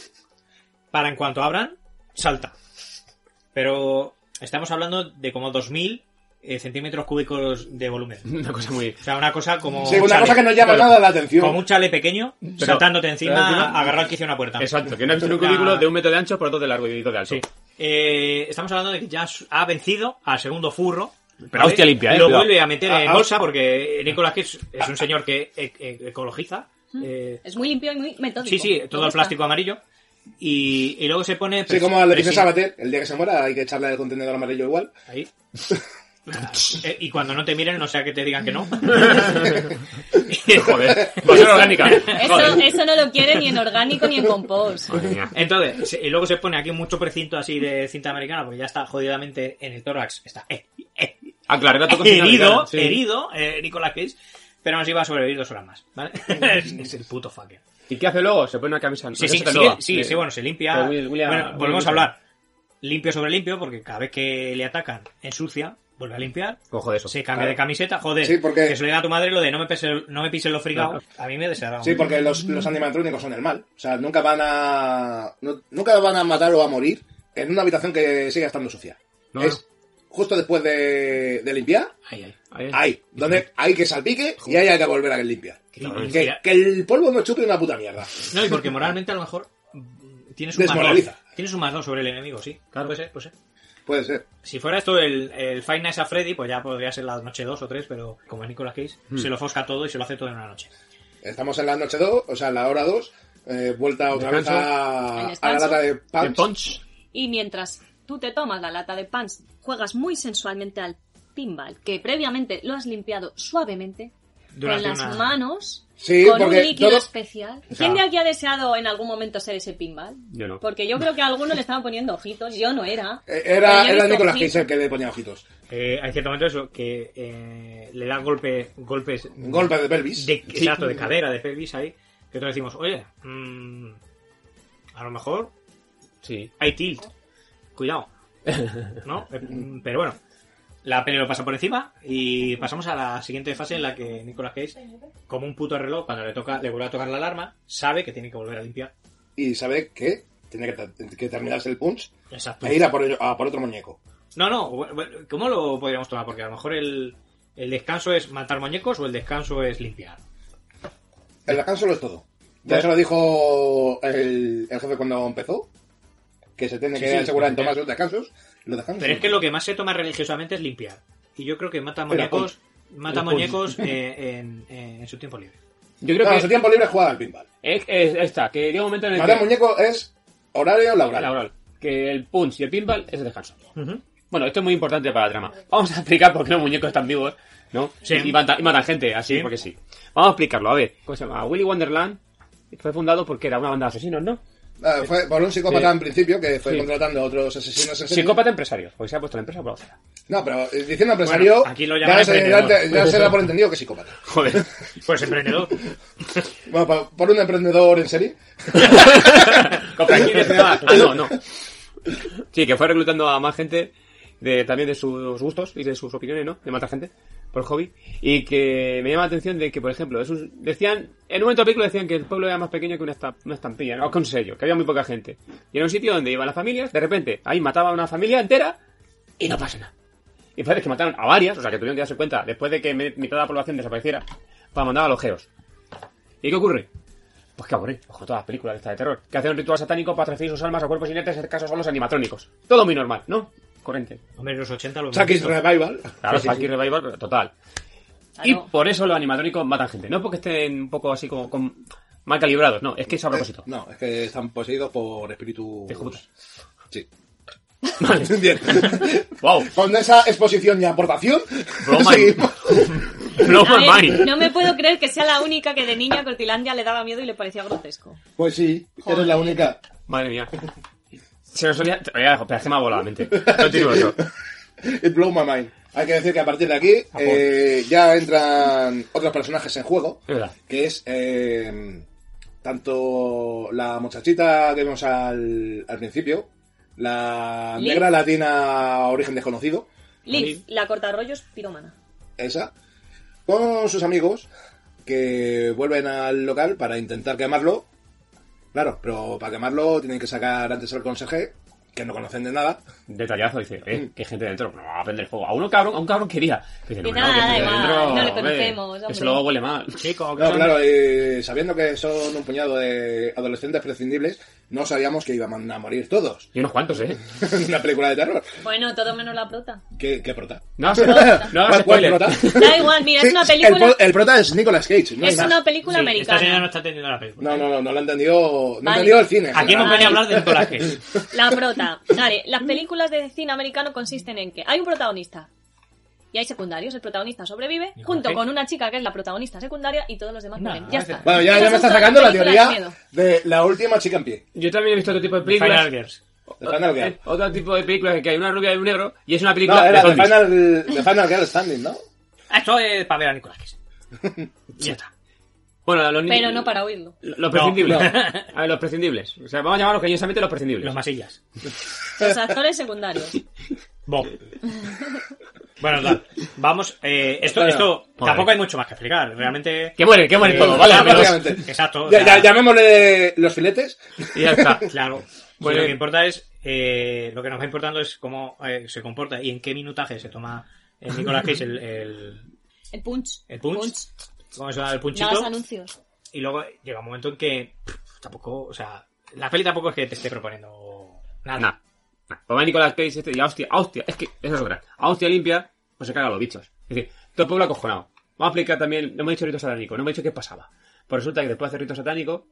Para en cuanto abran, salta. Pero estamos hablando de como 2000 eh, centímetros cúbicos de volumen. Una cosa muy... O sea, una cosa como. Sí, un una chale. cosa que no llama Claro. nada la atención. Como un chale pequeño, saltándote encima, pero encima- agarrar al quicio de una puerta. Exacto, que no ha visto un cubículo de un metro de ancho por dos de largo y dos de alto. Sí. Eh, estamos hablando de que ya su- ha vencido al segundo furro. Pero hostia limpia, ¿eh? Lo Cuidado. vuelve a meter en Ah, ah. bolsa porque Nicolás Cage es- es un señor que e- e- ecologista. Mm. Eh, Es muy limpio y muy metódico. sí, sí, Me todo el gusta. plástico amarillo. Y, y luego se pone. pues, Sí, presi- como le dice presi- Sabater, el día que se muera hay que echarle el contenedor amarillo igual. Ahí. Eh, y cuando no te miren, no sea que te digan que <laughs> no. <laughs> Joder, va a ser orgánica. Eso, Joder. eso no lo quiere ni en orgánico <laughs> ni en compost. Madre mía. Entonces, se- y luego se pone aquí mucho precinto así de cinta americana porque ya está jodidamente en el tórax. Está eh, eh, Ah, claro, era tu cocina herido, americana, sí. herido, eh, Nicolas Cage, pero nos iba a sobrevivir dos horas más, ¿vale? <laughs> es, es el puto fucker. ¿Y qué hace luego? Se pone una camisa. Sí, no, sí, eso te sí, loa. sí, Eh, sí, bueno, se limpia. Pero Will- William- bueno, William volvemos a Gibson. hablar. Limpio sobre limpio, porque cada vez que le atacan, ensucia, vuelve a limpiar. Cojo de Oh, eso. Se cambia Claro. de camiseta, joder. Sí, porque- Que se le da a tu madre lo de no me pisen, no me pisen los frigados. A mí me desagrada. Sí, porque los, los animatrónicos son el mal. O sea, nunca van a. no- nunca van a matar o a morir en una habitación que siga estando sucia. No, es justo después de, de limpiar, Ay, ay, ay, ay. ahí. Donde hay que salpique y ahí hay que volver a limpiar. Y- y- Que, que el polvo no chupe una puta mierda. No, y porque moralmente a lo mejor mm, tienes un más dos. Desmoraliza. Tienes un más dos sobre el enemigo, sí. Claro. Puede ser, puede ser. Puede ser. Si fuera esto el, el Five Nights at Freddy, pues ya podría ser la noche 2 o 3, pero como es Nicolas Cage, se lo fosca todo y se lo hace todo en una noche. Estamos en la noche 2, o sea, en la hora 2. eh, vuelta otra vez Descanso. a, Al descanso. a la lata de De pan. punch. Y mientras tú te tomas la lata de pans, juegas muy sensualmente al pinball, que previamente lo has limpiado suavemente Durante con las una- manos, Sí, con un porque líquido todo- especial. ¿Quién de aquí ha deseado en algún momento ser ese pinball? Yo no. Porque yo creo que a alguno le estaban poniendo ojitos, yo no era. Eh, Pero Era, yo he era visto Nicolas ojitos. Cage el que le ponía ojitos. Eh, hay cierto momento eso, que eh, le da golpe, golpes Un golpe de pelvis. de, exacto, de cadera, de pelvis ahí, que todos decimos, oye, mm, a lo mejor Sí. <laughs> hay tilt, cuidado, ¿no? Eh, mm, Pero bueno, La peli lo pasa por encima y pasamos a la siguiente fase en la que Nicolas Cage, como un puto reloj, cuando le toca, le vuelve a tocar la alarma, sabe que tiene que volver a limpiar. Y sabe que tiene que, ta- que terminarse el punch Exacto. e ir a por, ello- a por otro muñeco. No, no, bueno, ¿cómo lo podríamos tomar? Porque a lo mejor el, el descanso es matar muñecos o el descanso es limpiar. El descanso lo es todo. Ya se lo dijo el, el jefe cuando empezó, que se tiene Sí, que sí, asegurar en porque- tomar los descansos. Los descansos. Pero es que lo que más se toma religiosamente es limpiar. Y yo creo que mata Pero, muñecos, mata Pero, muñecos eh, en, en- en su tiempo libre. Yo creo No, que en su tiempo libre juega al pinball. es, es esta, que llega un momento en el Matar que, muñeco es horario laboral. laboral, que el punch y el pinball es el descanso. Bueno, esto es muy importante para la trama. Vamos a explicar por qué los muñecos están vivos, ¿no? Sí. Y, matan, y matan gente, así, Sí. porque sí. Vamos a explicarlo, a ver. ¿Cómo se llama? Willy Wonderland fue fundado porque era una banda de asesinos, ¿no? Ah, fue por un psicópata Sí. en principio que fue Sí. contratando a otros asesinos en serie. Psicópata empresario, porque se ha puesto la empresa por la acera. No, pero eh, diciendo empresario, Bueno, aquí lo llaman ya, se, ya, emprendedor. te- ya se da por entendido que es psicópata. Joder. Pues <laughs> emprendedor. Bueno, por, por un emprendedor en serie. Compra aquí, te vas. Ah, no, no. Sí, que fue reclutando a más gente, de, también de sus gustos y de sus opiniones, ¿no? De matar gente, por hobby. Y que me llama la atención de que, por ejemplo, es un- decían, en un momento del película decían que el pueblo era más pequeño que una, esta- una estampilla, ¿no? O que un sello, que había muy poca gente. Y era un sitio donde iban las familias, de repente, ahí mataba a una familia entera y no pasa nada. Y parece que mataron a varias, o sea, que tuvieron que darse cuenta después de que me- mitad de la población desapareciera para mandar a los geos. ¿Y qué ocurre? Pues qué aburrido, ojo, todas las películas de estas de terror, que hacen un ritual satánico para transferir sus almas a cuerpos inertes, en este caso son los animatrónicos. Todo muy normal, ¿no? Corriente. Hombre, los 80 los Chucky's Revival. Claro, Sí, sí, Funky Revival, pero total. Y Claro. por eso los animatrónicos matan gente. No es porque estén un poco así como con- mal calibrados, no, es que es a <laughs> propósito. ¿Eh? No, es que están poseídos por espíritus. Hijo de puta. Sí. <laughs> Bien. ¡Wow! Con esa exposición y aportación, Broma. seguimos. ¡Blow A my ver, mind! no me puedo creer que sea la única que de niña a Cortilandia le daba miedo y le parecía grotesco. Pues sí, eres la única. Madre mía. Se nos olvida. Oiga, dejo, pero es que me ha volado la mente. Continúo eso. It blow my mind. Hay que decir que a partir de aquí Japón. eh, ya entran otros personajes en juego. Es verdad. que es eh, tanto la muchachita que vimos al, al principio, la Liz. negra latina origen desconocido, Liz, la cortarrollos piromana. esa, con sus amigos que vuelven al local para intentar quemarlo. Claro, pero para quemarlo tienen que sacar antes al conserje, que no conocen de nada. Detallazo, dice, eh, que hay gente dentro. No, va a prender fuego. A uno cabrón, a un cabrón quería. Dice, Que no, nada, que hay da gente igual, no le hombre, conocemos, que Eso hombre. luego huele mal. Sí, como que No, son- claro, eh, sabiendo que son un puñado de adolescentes prescindibles, no sabíamos que iban a morir todos. <laughs> Y unos cuantos, eh. Una película de terror. Bueno, todo menos la prota. ¿Qué, qué prota? <laughs> No, hagas- no hagas ¿Cuál- cuál spoiler. <laughs> prota? Da igual, mira, es una Sí, película, El, pro- el prota es Nicolas Cage, no hay es más. una película Sí, Esta señora no americana. está entendiendo la película. No, no, no, no lo han entendido, no Vale. han entendido el cine. en Aquí general. hemos venido a hablar de Nicolas <laughs> Cage. La prota. Vale, las películas de cine americano consisten en que hay un protagonista y hay secundarios. El protagonista sobrevive Nicolas junto Cage. con una chica que es la protagonista secundaria y todos los demás No, mueren. Ya ese- está. Bueno, ya, Esas ya me son está todas sacando la películas de teoría miedo. de la última chica en pie. Yo también he visto otro tipo de Final películas. Girls. De Final Girl. Eh, Otro tipo de películas que hay una rubia y un negro. Y es una película No, de era de zombies. Final, de Final Girl Standing, ¿no? Eh, Esto es para ver a Nicolas Cage. <laughs> Y ya está. Bueno, los niños. Pero no para oírlo. Los prescindibles. <laughs> A ver, los prescindibles. O sea, vamos a llamarlos cariñosamente los prescindibles. Los masillas. Los actores secundarios. Bob. bueno, tal. Vamos. eh, esto Bueno, esto vale. tampoco hay mucho más que explicar. Realmente. Que mueren, que mueren Eh, todos, ¿vale? ya, <laughs> amigos? prácticamente. Exacto. o Ya- sea, ya- llamémosle los filetes. Y ya está. <laughs> Claro. Bueno. Sí, lo que importa es. eh, lo que nos va importando es cómo eh, se comporta y en qué minutaje se toma eh, Nicolas Cage el, el, El punch. el punch. ¿Cómo se llama? No El los punchito. anuncios. y luego llega un momento en que. pff, tampoco. O sea. La peli tampoco es que te esté proponiendo nada. Nada. Nah. Pues va Nicolás Cage este y a hostia, a hostia, es que esa es otra. A hostia limpia, pues se cagan los bichos. Es decir, todo el pueblo acojonado. Vamos a explicar también, no me he dicho rito satánico, no me he dicho qué pasaba. Pues resulta que después de hacer rito satánico,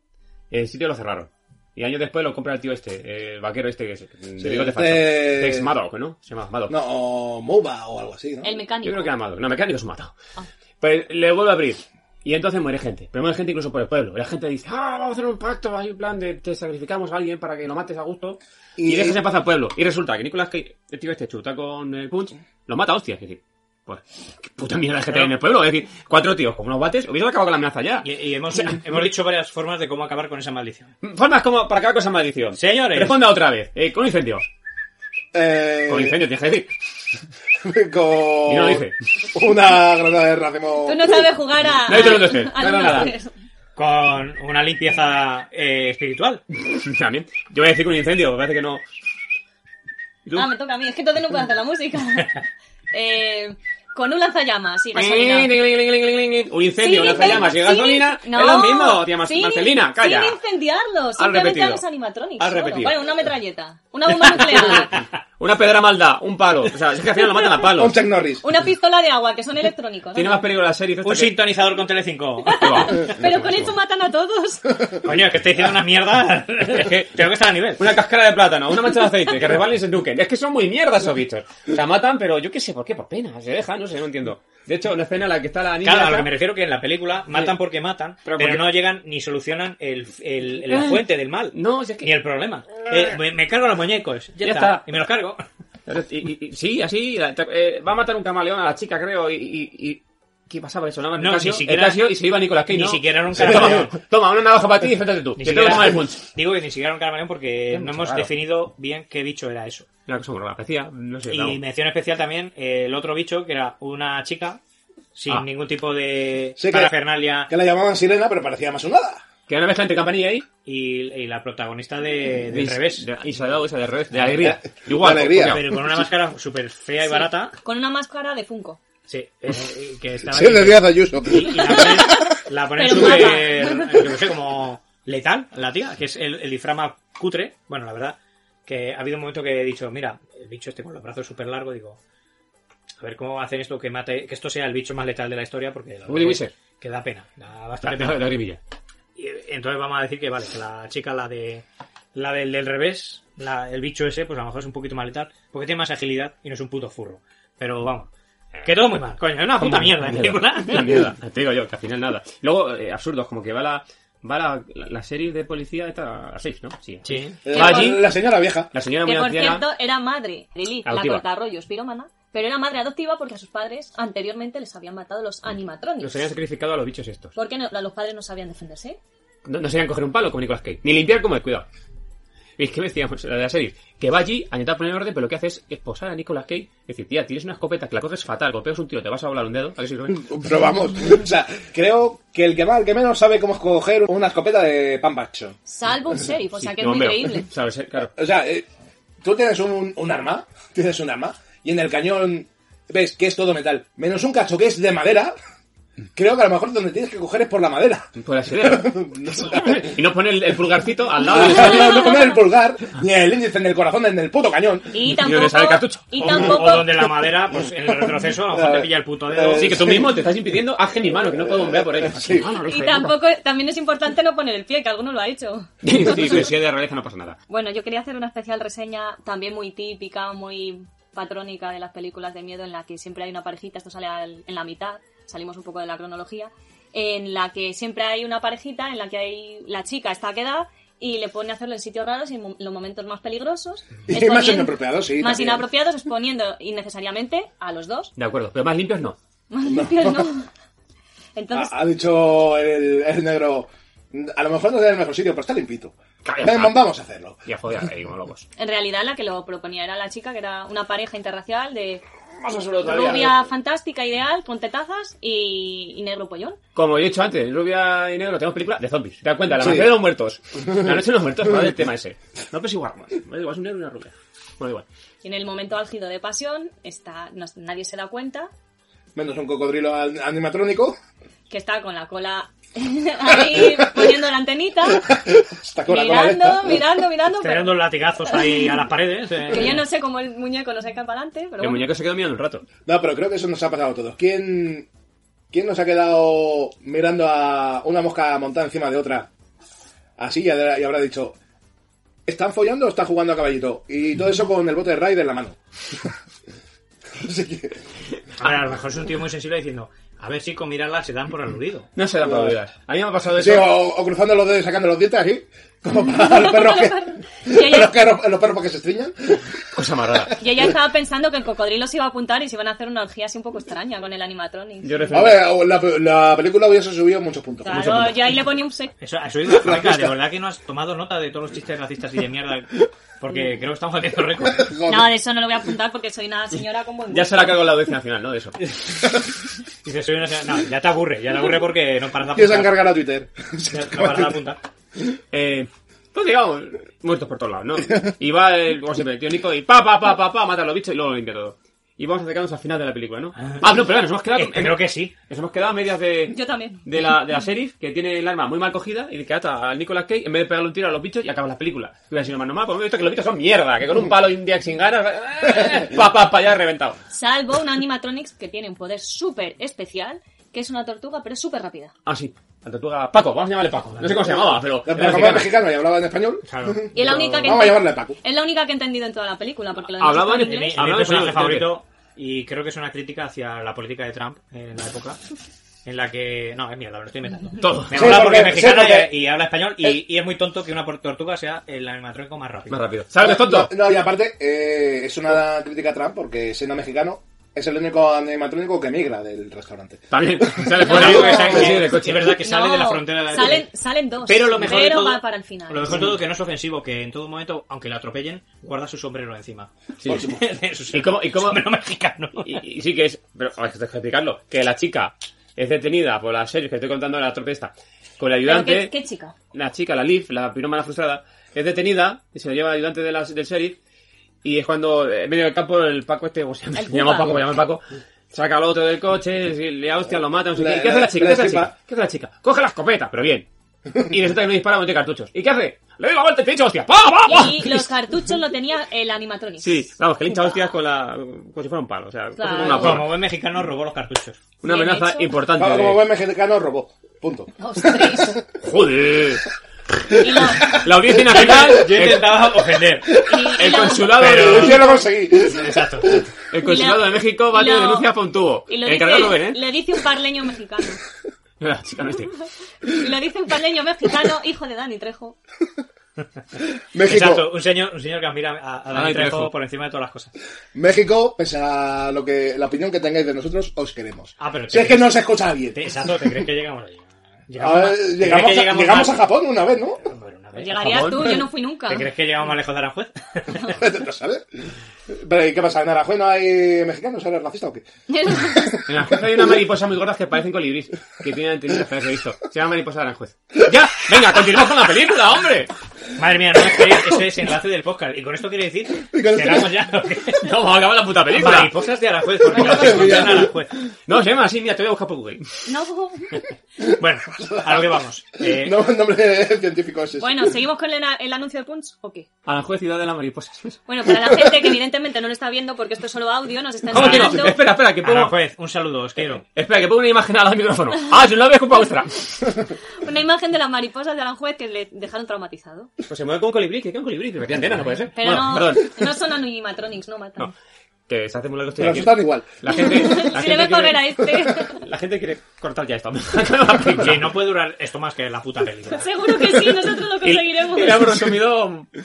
el sitio lo cerraron. Y años después lo compra el tío este, el vaquero este que es de bigote falso. eh, Tex Madoc, ¿no? Se llama Madoc. No, o MOBA o algo así, ¿no? El Yo mecánico. creo que era Madoc. No, mecánico es un matado. Ah. Pues le vuelve a abrir. Y entonces muere gente. Pero muere gente incluso por el pueblo. Y la gente dice, ah, vamos a hacer un pacto, hay un plan de te sacrificamos a alguien para que lo mates a gusto. Y, Y- dejes en paz al pueblo. Y resulta que Nicolás Cage, el tío este chuta con el punch, lo mata a hostias. Es decir, pues, qué puta mierda que hay en el pueblo. Es decir, cuatro tíos con unos bates, hubiesen acabado con la amenaza ya. Y, y hemos, hemos dicho varias formas de cómo acabar con esa maldición. Formas como para acabar con esa maldición. Señores. Responda otra vez. Eh, con incendio. Eh, Con incendio, tienes que decir. <laughs> con Y no lo hice. una granada de racimo. Tú no sabes jugar a. No, yo no lo sé. <laughs> a- a No, los nada. luces. Con una limpieza eh, espiritual. <laughs> También. Yo voy a decir que un incendio, parece que no. ¿Y tú? Ah, me toca a mí. Es que entonces no puedo hacer la música. Eh, con un lanzallamas y gasolina. Un Sin incendio, una incendi- llamas y sin- gasolina. no, es lo mismo, tía Mas- sin- Marcelina, calla. Sin incendiarlo, simplemente repetido. a los animatronics. Has solo. repetido. Bueno, una metralleta, una bomba <laughs> nuclear, Una pedra malda, un palo. O sea, es que al final lo matan <laughs> a Un palos. Chuck Norris. una pistola de agua, que son electrónicos. Tiene ¿no? más peligro la serie. Un sintonizador con Telecinco. <laughs> <laughs> Pero con esto matan a todos. Coño, es que estoy diciendo una mierda. <laughs> Es que Tengo que estar a nivel. Una cáscara de plátano, una mancha de aceite, que resbalen y se nuquen. Es que son muy mierdas esos bichos. La matan, pero yo qué sé, ¿por qué? Por pena, se deja, no sé, no entiendo. De hecho, una escena en la que está la niña... Claro, a lo esa- que me refiero que en la película matan porque matan, Pero pero, porque- no llegan ni solucionan el, el- la fuente del mal. No, si es que... Ni el problema. Eh, me, me cargo los muñecos. Ya, Ya está. está. Y me los cargo. <laughs> Y- y- y- sí, así, la- te- eh, va a matar un camaleón a la chica, creo, y... y- y- ¿Qué pasaba eso? Nada, No, Casio, ni siquiera- el Casio y se iba Nicolás Cage, ni ¿no? siquiera era un Se <laughs> toma- camaleón. Toma, una navaja para ti y enfréntate tú. Ni Yo tengo que tomar el punch. digo que ni siquiera un camaleón porque Es no mucho, hemos claro. definido bien qué bicho era eso. Una cosa muy rara, parecía, no sé, Y vamos. mención especial también eh, el otro bicho que era una chica sin Ah. ningún tipo de Sí, que- parafernalia Que la llamaban Sirena, pero parecía más un hada. Que era una mezcla entre campanilla ahí. y, y la protagonista de, del de- revés. de- Y se ha dado esa de revés, de alegría. Igual, De alegría. coño. pero con una máscara súper fea y barata. Con una máscara de Funko. Sí, eh, que Ah, estaba Sí, de Díaz Ayuso. Y, y la ponen, la ponen Pero súper, yo no sé, como letal, la tía, que es el, el disfraz más cutre. Bueno, la verdad, que ha habido un momento que he dicho, mira, el bicho este con los brazos súper largos, digo, a ver cómo hacen esto, que mate, que esto sea el bicho más letal de la historia, porque la Willy verdad Wizard. que da pena, da bastante La pena. lagrimilla. Y, eh, entonces vamos a decir que vale, que la chica, la de la del, del revés, la- el bicho ese, pues a lo mejor es un poquito más letal, porque tiene más agilidad y no es un puto furro. Pero vamos, que todo muy mal, coño, es una puta mierda, ¿eh? <laughs> Una mierda. Te digo yo, que al final nada. Luego, eh, absurdos, como que va la, va la, la, la serie de policía esta, a 6, ¿no? Sí. a seis. Sí. Eh, Va allí, La señora vieja. la señora muy Que por anciana. cierto era madre, Lili, la Adoptiva. cortarrollos piromana, pero era madre adoptiva porque a sus padres anteriormente les habían matado los Los animatronics. habían sacrificado a los bichos estos. Porque no- los padres no sabían defenderse. No, no sabían coger un palo como Nicolas Cage. Ni limpiar como el cuidado. Y es que decíamos, la de la serie, que va allí a intentar poner orden, pero lo que hace es esposar a Nicolas Cage. Es decir, tía, tienes una escopeta que la coges fatal, golpeas un tiro, te vas a volar un dedo. ¿A qué sirve? Pero vamos, <laughs> o sea, creo que el que más, el que menos sabe cómo escoger una escopeta de pampacho. Salvo <laughs> un sheriff, o sea Pues Sí, que no, es muy hombre. creíble. <laughs> Sabes, eh, claro. O sea, eh, tú tienes un, un arma, tienes un arma, y en el cañón ves que es todo metal, menos un cacho que es de madera. Creo que a lo mejor donde tienes que coger es por <laughs> la madera. Por la sidera. <laughs> y no pone el, el pulgarcito al lado No, del <laughs> sable. no poner el pulgar, ni el índice en el corazón, en el puto cañón. Y <laughs> Y donde sale el tampoco. cartucho. Y O- tampoco. O donde la madera, pues en el retroceso, a lo mejor te pilla el puto dedo. Sí, que tú mismo te estás impidiendo a mi mano, que no puedo bombear por ahí. Sí, Y tampoco, también es importante no poner el pie, que alguno lo ha hecho. <laughs> sí, sí, si es de realeza no pasa nada. Bueno, yo quería hacer una especial reseña también muy típica, muy patrónica de las películas de miedo en la que siempre hay una parejita, esto sale al- en la mitad, salimos un poco de la cronología, en la que siempre hay una parejita en la que hay la chica está quedada y le pone a hacerlo en sitios raros y en mo- los momentos más <laughs> peligrosos. Y exponiendo- más inapropiados, sí, Más también. inapropiados, exponiendo innecesariamente a los <laughs> dos. De acuerdo, pero más limpios no. Más <laughs> limpios, ¿no? Entonces, Ha, ha dicho el, el negro, a lo mejor no es el mejor sitio, pero está limpito. Calla. Venga, vamos a hacerlo. Ya joder, ahí como locos. en realidad la que lo proponía era la chica, que era una pareja interracial de Vamos a hacerlo otra vez. Rubia fantástica, ideal, con tetazas y, y negro pollón. Como he dicho antes, en Rubia y Negro tenemos películas de zombies. Te das cuenta, la Sí. mayoría de los muertos. La noche de los muertos, ¿no? El tema ese. <laughs> No, pues igual, bueno, da igual, es un negro y una rubia. Bueno, igual. Y en el momento álgido de pasión, está, no- nadie se da cuenta Menos un cocodrilo an- animatrónico. <laughs> que está con la cola <laughs> ahí poniendo la antenita, Está con la cola mirando, esta. mirando, mirando, Te pero dando latigazos ahí a las paredes. eh. que yo no sé cómo el muñeco no se cae para adelante, pero El bueno. muñeco se quedó mirando un rato. No, pero creo que eso nos ha pasado a todos. ¿Quién, ¿Quién nos ha quedado mirando a una mosca montada encima de otra? Así y habrá y habrá dicho, ¿están follando o están jugando a caballito? Y todo eso con el bote de raid en la mano. <laughs> Así que, Ahora, a lo mejor es un tío muy sensible diciendo, a ver si con mirarla se dan por aludido. No se da para olvidar. A mí me ha pasado sí, eso. o, o cruzando los dedos y sacando los dientes así. <laughs> Como para los perros que, Y ella- los perros- los perros que se estriñan. Cosa más rara. Y ella estaba pensando que el cocodrilo se iba a apuntar y se iban a hacer una orgía así un poco extraña con el animatronic. Yo A refiero. ver, la, la película hubiese subido muchos puntos. Muchos claro, puntos. yo ahí le ponía un sec. Eso, has oído, Rebeca, de verdad que no has tomado nota de todos los chistes racistas y de mierda. Porque creo que estamos haciendo récord. Joder. No, de eso no lo voy a apuntar porque soy una señora con buen Ya gusto. se la cargo la audiencia nacional, ¿no? De eso. Dices, soy una señora- No, ya te aburre, ya te aburre porque no <laughs> paras de Que se apuntar. encargará Twitter. Ya No paras de apuntar. Eh, pues digamos, muertos por todos lados, ¿no? Y va, el, como siempre, el tío Nico y pa, pa, pa, pa, pa, mata a los bichos y luego lo limpia todo. Y vamos acercándonos al final de la película, ¿no? Ah, no, pero nos hemos quedado. Eh, creo que sí. Nos hemos quedado a medias de. Yo también. De la, de la sheriff que tiene el arma muy mal cogida y que ata al Nicolas Cage en vez de pegarle un tiro a los bichos y acaba la película. Y hubiera sido más normal, porque hemos visto que los bichos son mierda, que con un palo india sin ganas, eh, pa, pa, pa, ya reventado. Salvo una animatronics que tiene un poder súper especial, que es una tortuga, pero es súper rápida. Ah, sí, la tortuga. Paco, vamos a llamarle Paco. No sé cómo se llamaba, pero. La era película mexicana. mexicana y hablaba en español. Claro. Y es la única que Vamos a llamarle Paco. Es la única que he entendido en toda la película, porque lo demás Hablaban está en en- inglés. mi Hablando de e-, personaje sonido, favorito, y creo que es una crítica hacia la política de Trump en la época, en la que... No, es mierda, me lo estoy inventando. Todo. Me Sí, mola porque- porque es mexicana sí, porque- y, y habla español, y, y es muy tonto que una por- tortuga sea el animatrónico más rápido. Más rápido. ¿Sabes, tonto? No, no, y aparte, eh, es una crítica a Trump porque siendo mexicano es el único animatrónico que migra del restaurante. <laughs> También. Bueno, Sale fuera digo que sí, sale- sí, del coche. Es verdad que sale No, de la frontera de salen, salen dos. Pero lo mejor de Pero todo, va para el final. Lo mejor de todo que no es ofensivo, que en todo momento, aunque le atropellen, guarda su sombrero encima. <laughs> Sí. Por supuesto. De su- ¿Y cómo- y cómo- sombrero <laughs> mexicano. Y, y sí que es. Pero hay que explicarlo. Que la chica es detenida por la serie que estoy contando de la torpesta. Con el Pero ¿qué, ayudante. qué <laughs> chica? la chica, la Liv, la piromana frustrada, es detenida y se la lleva al ayudante de la- del sheriff. Y es cuando, eh, en medio del campo, el Paco este, ¿cómo se llama? El <laughs> Se llama Cuba. Paco, se llama Paco. Saca al otro del coche, se- le da hostia, lo mata, no sé La- qué. ¿Y ¿Qué la- hace la chica? la ¿Qué hace esquiva. la chica? ¿Qué hace la chica? Coge la escopeta, pero bien. Y resulta que no dispara, no tiene cartuchos. ¿Y qué hace? Le doy la vuelta y te he dicho hostia. ¡Pa, pa, Ah, pa! Y los cartuchos lo tenía el animatronic. Sí, vamos, que le hincha hostias con la... como si fuera un palo, o sea, coge con una, Claro. porra. Como buen mexicano robó los cartuchos. una Bien amenaza hecho. importante. Claro, como de- buen mexicano, robó. Punto. Ostras. ¡Joder! Y lo- La audiencia nacional... Yo intentaba ofender. y- y El lo- consulado Pero- de Pero yo lo conseguí. Exacto. El consulado Y la- de México va a y lo- tener denuncia por un tubo. <laughs> Y lo El cargador lo ven, dice, ¿eh? le dice un parleño mexicano. La chica no esté. Y Lo dice un parleño mexicano, hijo de Dani Trejo. <laughs> México. Exacto, un señor, un señor que admira a, a Dani Dani Trejo. Trejo por encima de todas las cosas. México, pese a lo que, la opinión que tengáis de nosotros, os queremos. Ah, pero si es que no se escucha bien. Te- Exacto, ¿te crees que llegamos allí? A ver, más- ¿te crees Ah, llegamos, que a, llegamos más- a Japón una vez, ¿no? <laughs> Bueno, una vez. Llegarías tú, yo no fui nunca. ¿Te crees que llegamos más lejos de Aranjuez? <laughs> ¿No sabes? Pero ¿y qué pasa? ¿En Arajuez no hay mexicanos? ¿Eres racista o qué? En Aranjuez hay una mariposa muy gorda que parecen colibrís. Que tienen antenitas, que las he visto. Se llama mariposa de Aranjuez. ¡Ya! ¡Venga, continuamos con la película, hombre! Madre mía, no me esperéis ese desenlace del podcast. Y con esto quiere decir, Y con esto- cerramos ya. ¿o qué? No, vamos a acabar la puta película. Mariposas de Aranjuez, porque no se escuchan en Aranjuez. No, se llama así, mira, te voy a buscar por Google. No. Bueno, a lo que <laughs> vamos. Eh, No, el nombre científico es ese. Bueno, ¿seguimos con el, el anuncio de Punch o qué? Aranjuez, ciudad de las mariposas. Bueno, para la gente que evidentemente no lo está viendo porque esto es solo audio, nos están ¿Cómo que no? enseñando... Espera, espera, que pongo... Eh, Aranjuez, un saludo, os quiero. Espera, que pongo una imagen al micrófono. Ah, si no la ves, culpa vuestra. Pues Una imagen de las mariposas de Aranjuez que le dejaron traumatizado. Pues se mueve con colibrí, que es un colibrí. Que metía antena, no puede ser. Pero Bueno, no, perdón. no son animatronics, no matan. No, que se hace muy largo estoy Pero aquí. asustan igual. La gente... <laughs> la Si le gente ves correr a quiere- este, <laughs> La gente quiere cortar ya esto. <laughs> Que no puede durar esto más que la puta película. seguro que sí, nosotros lo conseguiremos. Y le hemos resumido. <laughs>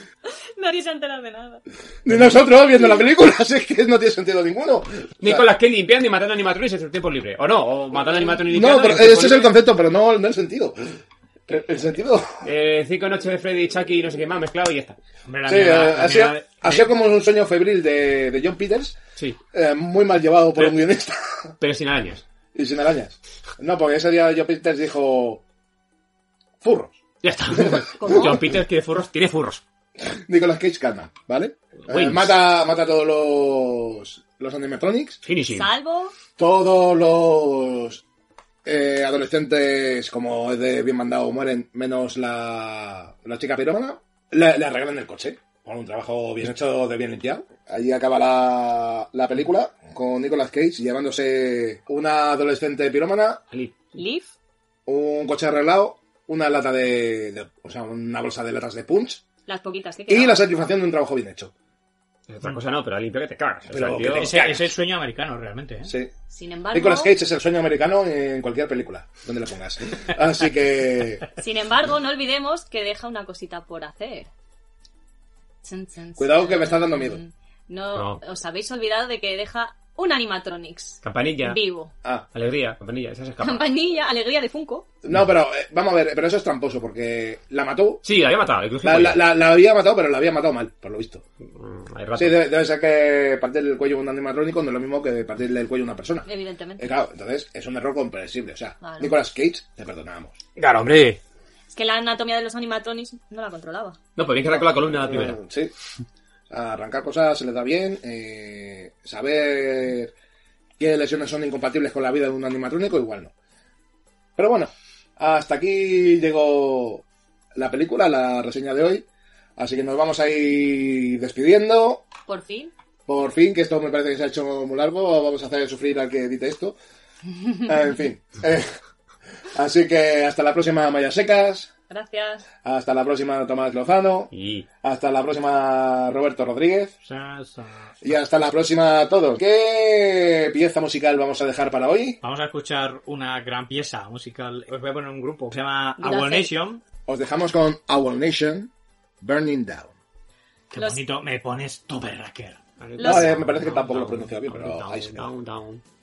Nadie se ha enterado de nada. Ni nosotros viendo la película, <laughs> así es que no tiene sentido ninguno. Ni con las que limpian ni matando animatrones en su tiempo libre. O no, o matando animatrones y No, limpiando pero en su ese es el tiempo concepto, pero no, no el sentido. El el sentido. libre. Eh, cinco noches de Freddy, Chucky y no sé qué más mezclado y ya está. Hombre, la Sí, mierda- eh, la ha sido, mierda- ha sido como un sueño febril de, de John Peters, Sí, eh, muy mal llevado por un guionista <laughs> pero sin arañas. y sin arañas. No, porque ese día John Peters dijo. Furros. <laughs> Ya está. ¿Cómo? John Peters quiere furros, tiene furros. Nicolas Cage calma, ¿vale? Eh, Wings. mata, mata a todos los, los animatronics, Finishing. Salvo... todos los eh, adolescentes, como es de bien mandado, mueren, menos la, la chica pirómana, le, le arreglan el coche. Por un trabajo bien hecho, de bien limpiado. Allí acaba la, la película con Nicolas Cage llevándose una adolescente pirómana, Ali. Leaf, un coche arreglado, una lata de, de- o sea, una bolsa de latas de punch las poquitas que y quedan. la satisfacción de un trabajo bien hecho. Es otra cosa no, pero la limpia que te cagas. O sea, Pero el que tío- te- Es, es el sueño americano, realmente. ¿eh? Sí. Sin embargo, Nicolas Cage es el sueño americano en cualquier película, donde la pongas. Así que sin embargo, no olvidemos que deja una cosita por hacer. Chun, chun, Cuidado, chun. que me está dando miedo. No, No. os habéis olvidado de que deja un animatronics Campanilla. vivo. ah, Alegría, campanilla. Esa se escapa. Campanilla, alegría de Funko. no, pero eh, vamos a ver, pero eso es tramposo porque la mató, Sí, la había matado. incluso la, con- la- la- la había matado, pero la había matado mal, por lo visto. Mm, hay rato. Sí, debe, debe ser que partirle el cuello a un animatrónico no es lo mismo que partirle el cuello a una persona. Evidentemente. Eh, claro, entonces es un error comprensible. O sea, Claro. Nicolas Cage, te perdonamos. Claro, hombre. Es que la anatomía de los animatronics no la controlaba. No, pues bien que arrancó la columna la primera. Eh, Sí. O sea, arrancar cosas se les da bien. eh, saber qué lesiones son incompatibles con la vida de un animatrónico, igual no. Pero bueno, hasta aquí llegó la película, la reseña de hoy. Así que nos vamos a ir despidiendo. Por fin. Por fin, que esto me parece que se ha hecho muy largo, vamos a hacer sufrir al que edite esto. Eh, En fin. Eh, así que hasta la próxima Maya Secas, Gracias. hasta la próxima Tomás Lozano, Y hasta la próxima Roberto Rodríguez Sa- sa- y hasta la próxima a todos. ¿Qué pieza musical vamos a dejar para hoy? Vamos a escuchar una gran pieza musical. Os voy a poner un grupo que se llama Gracias. Owl Nation. Os dejamos con Our Nation Burning Down. Qué Los- bonito, me pones Topperracker. No, eh, me parece que tampoco lo pronuncia bien, pero ahí se me va. down, down.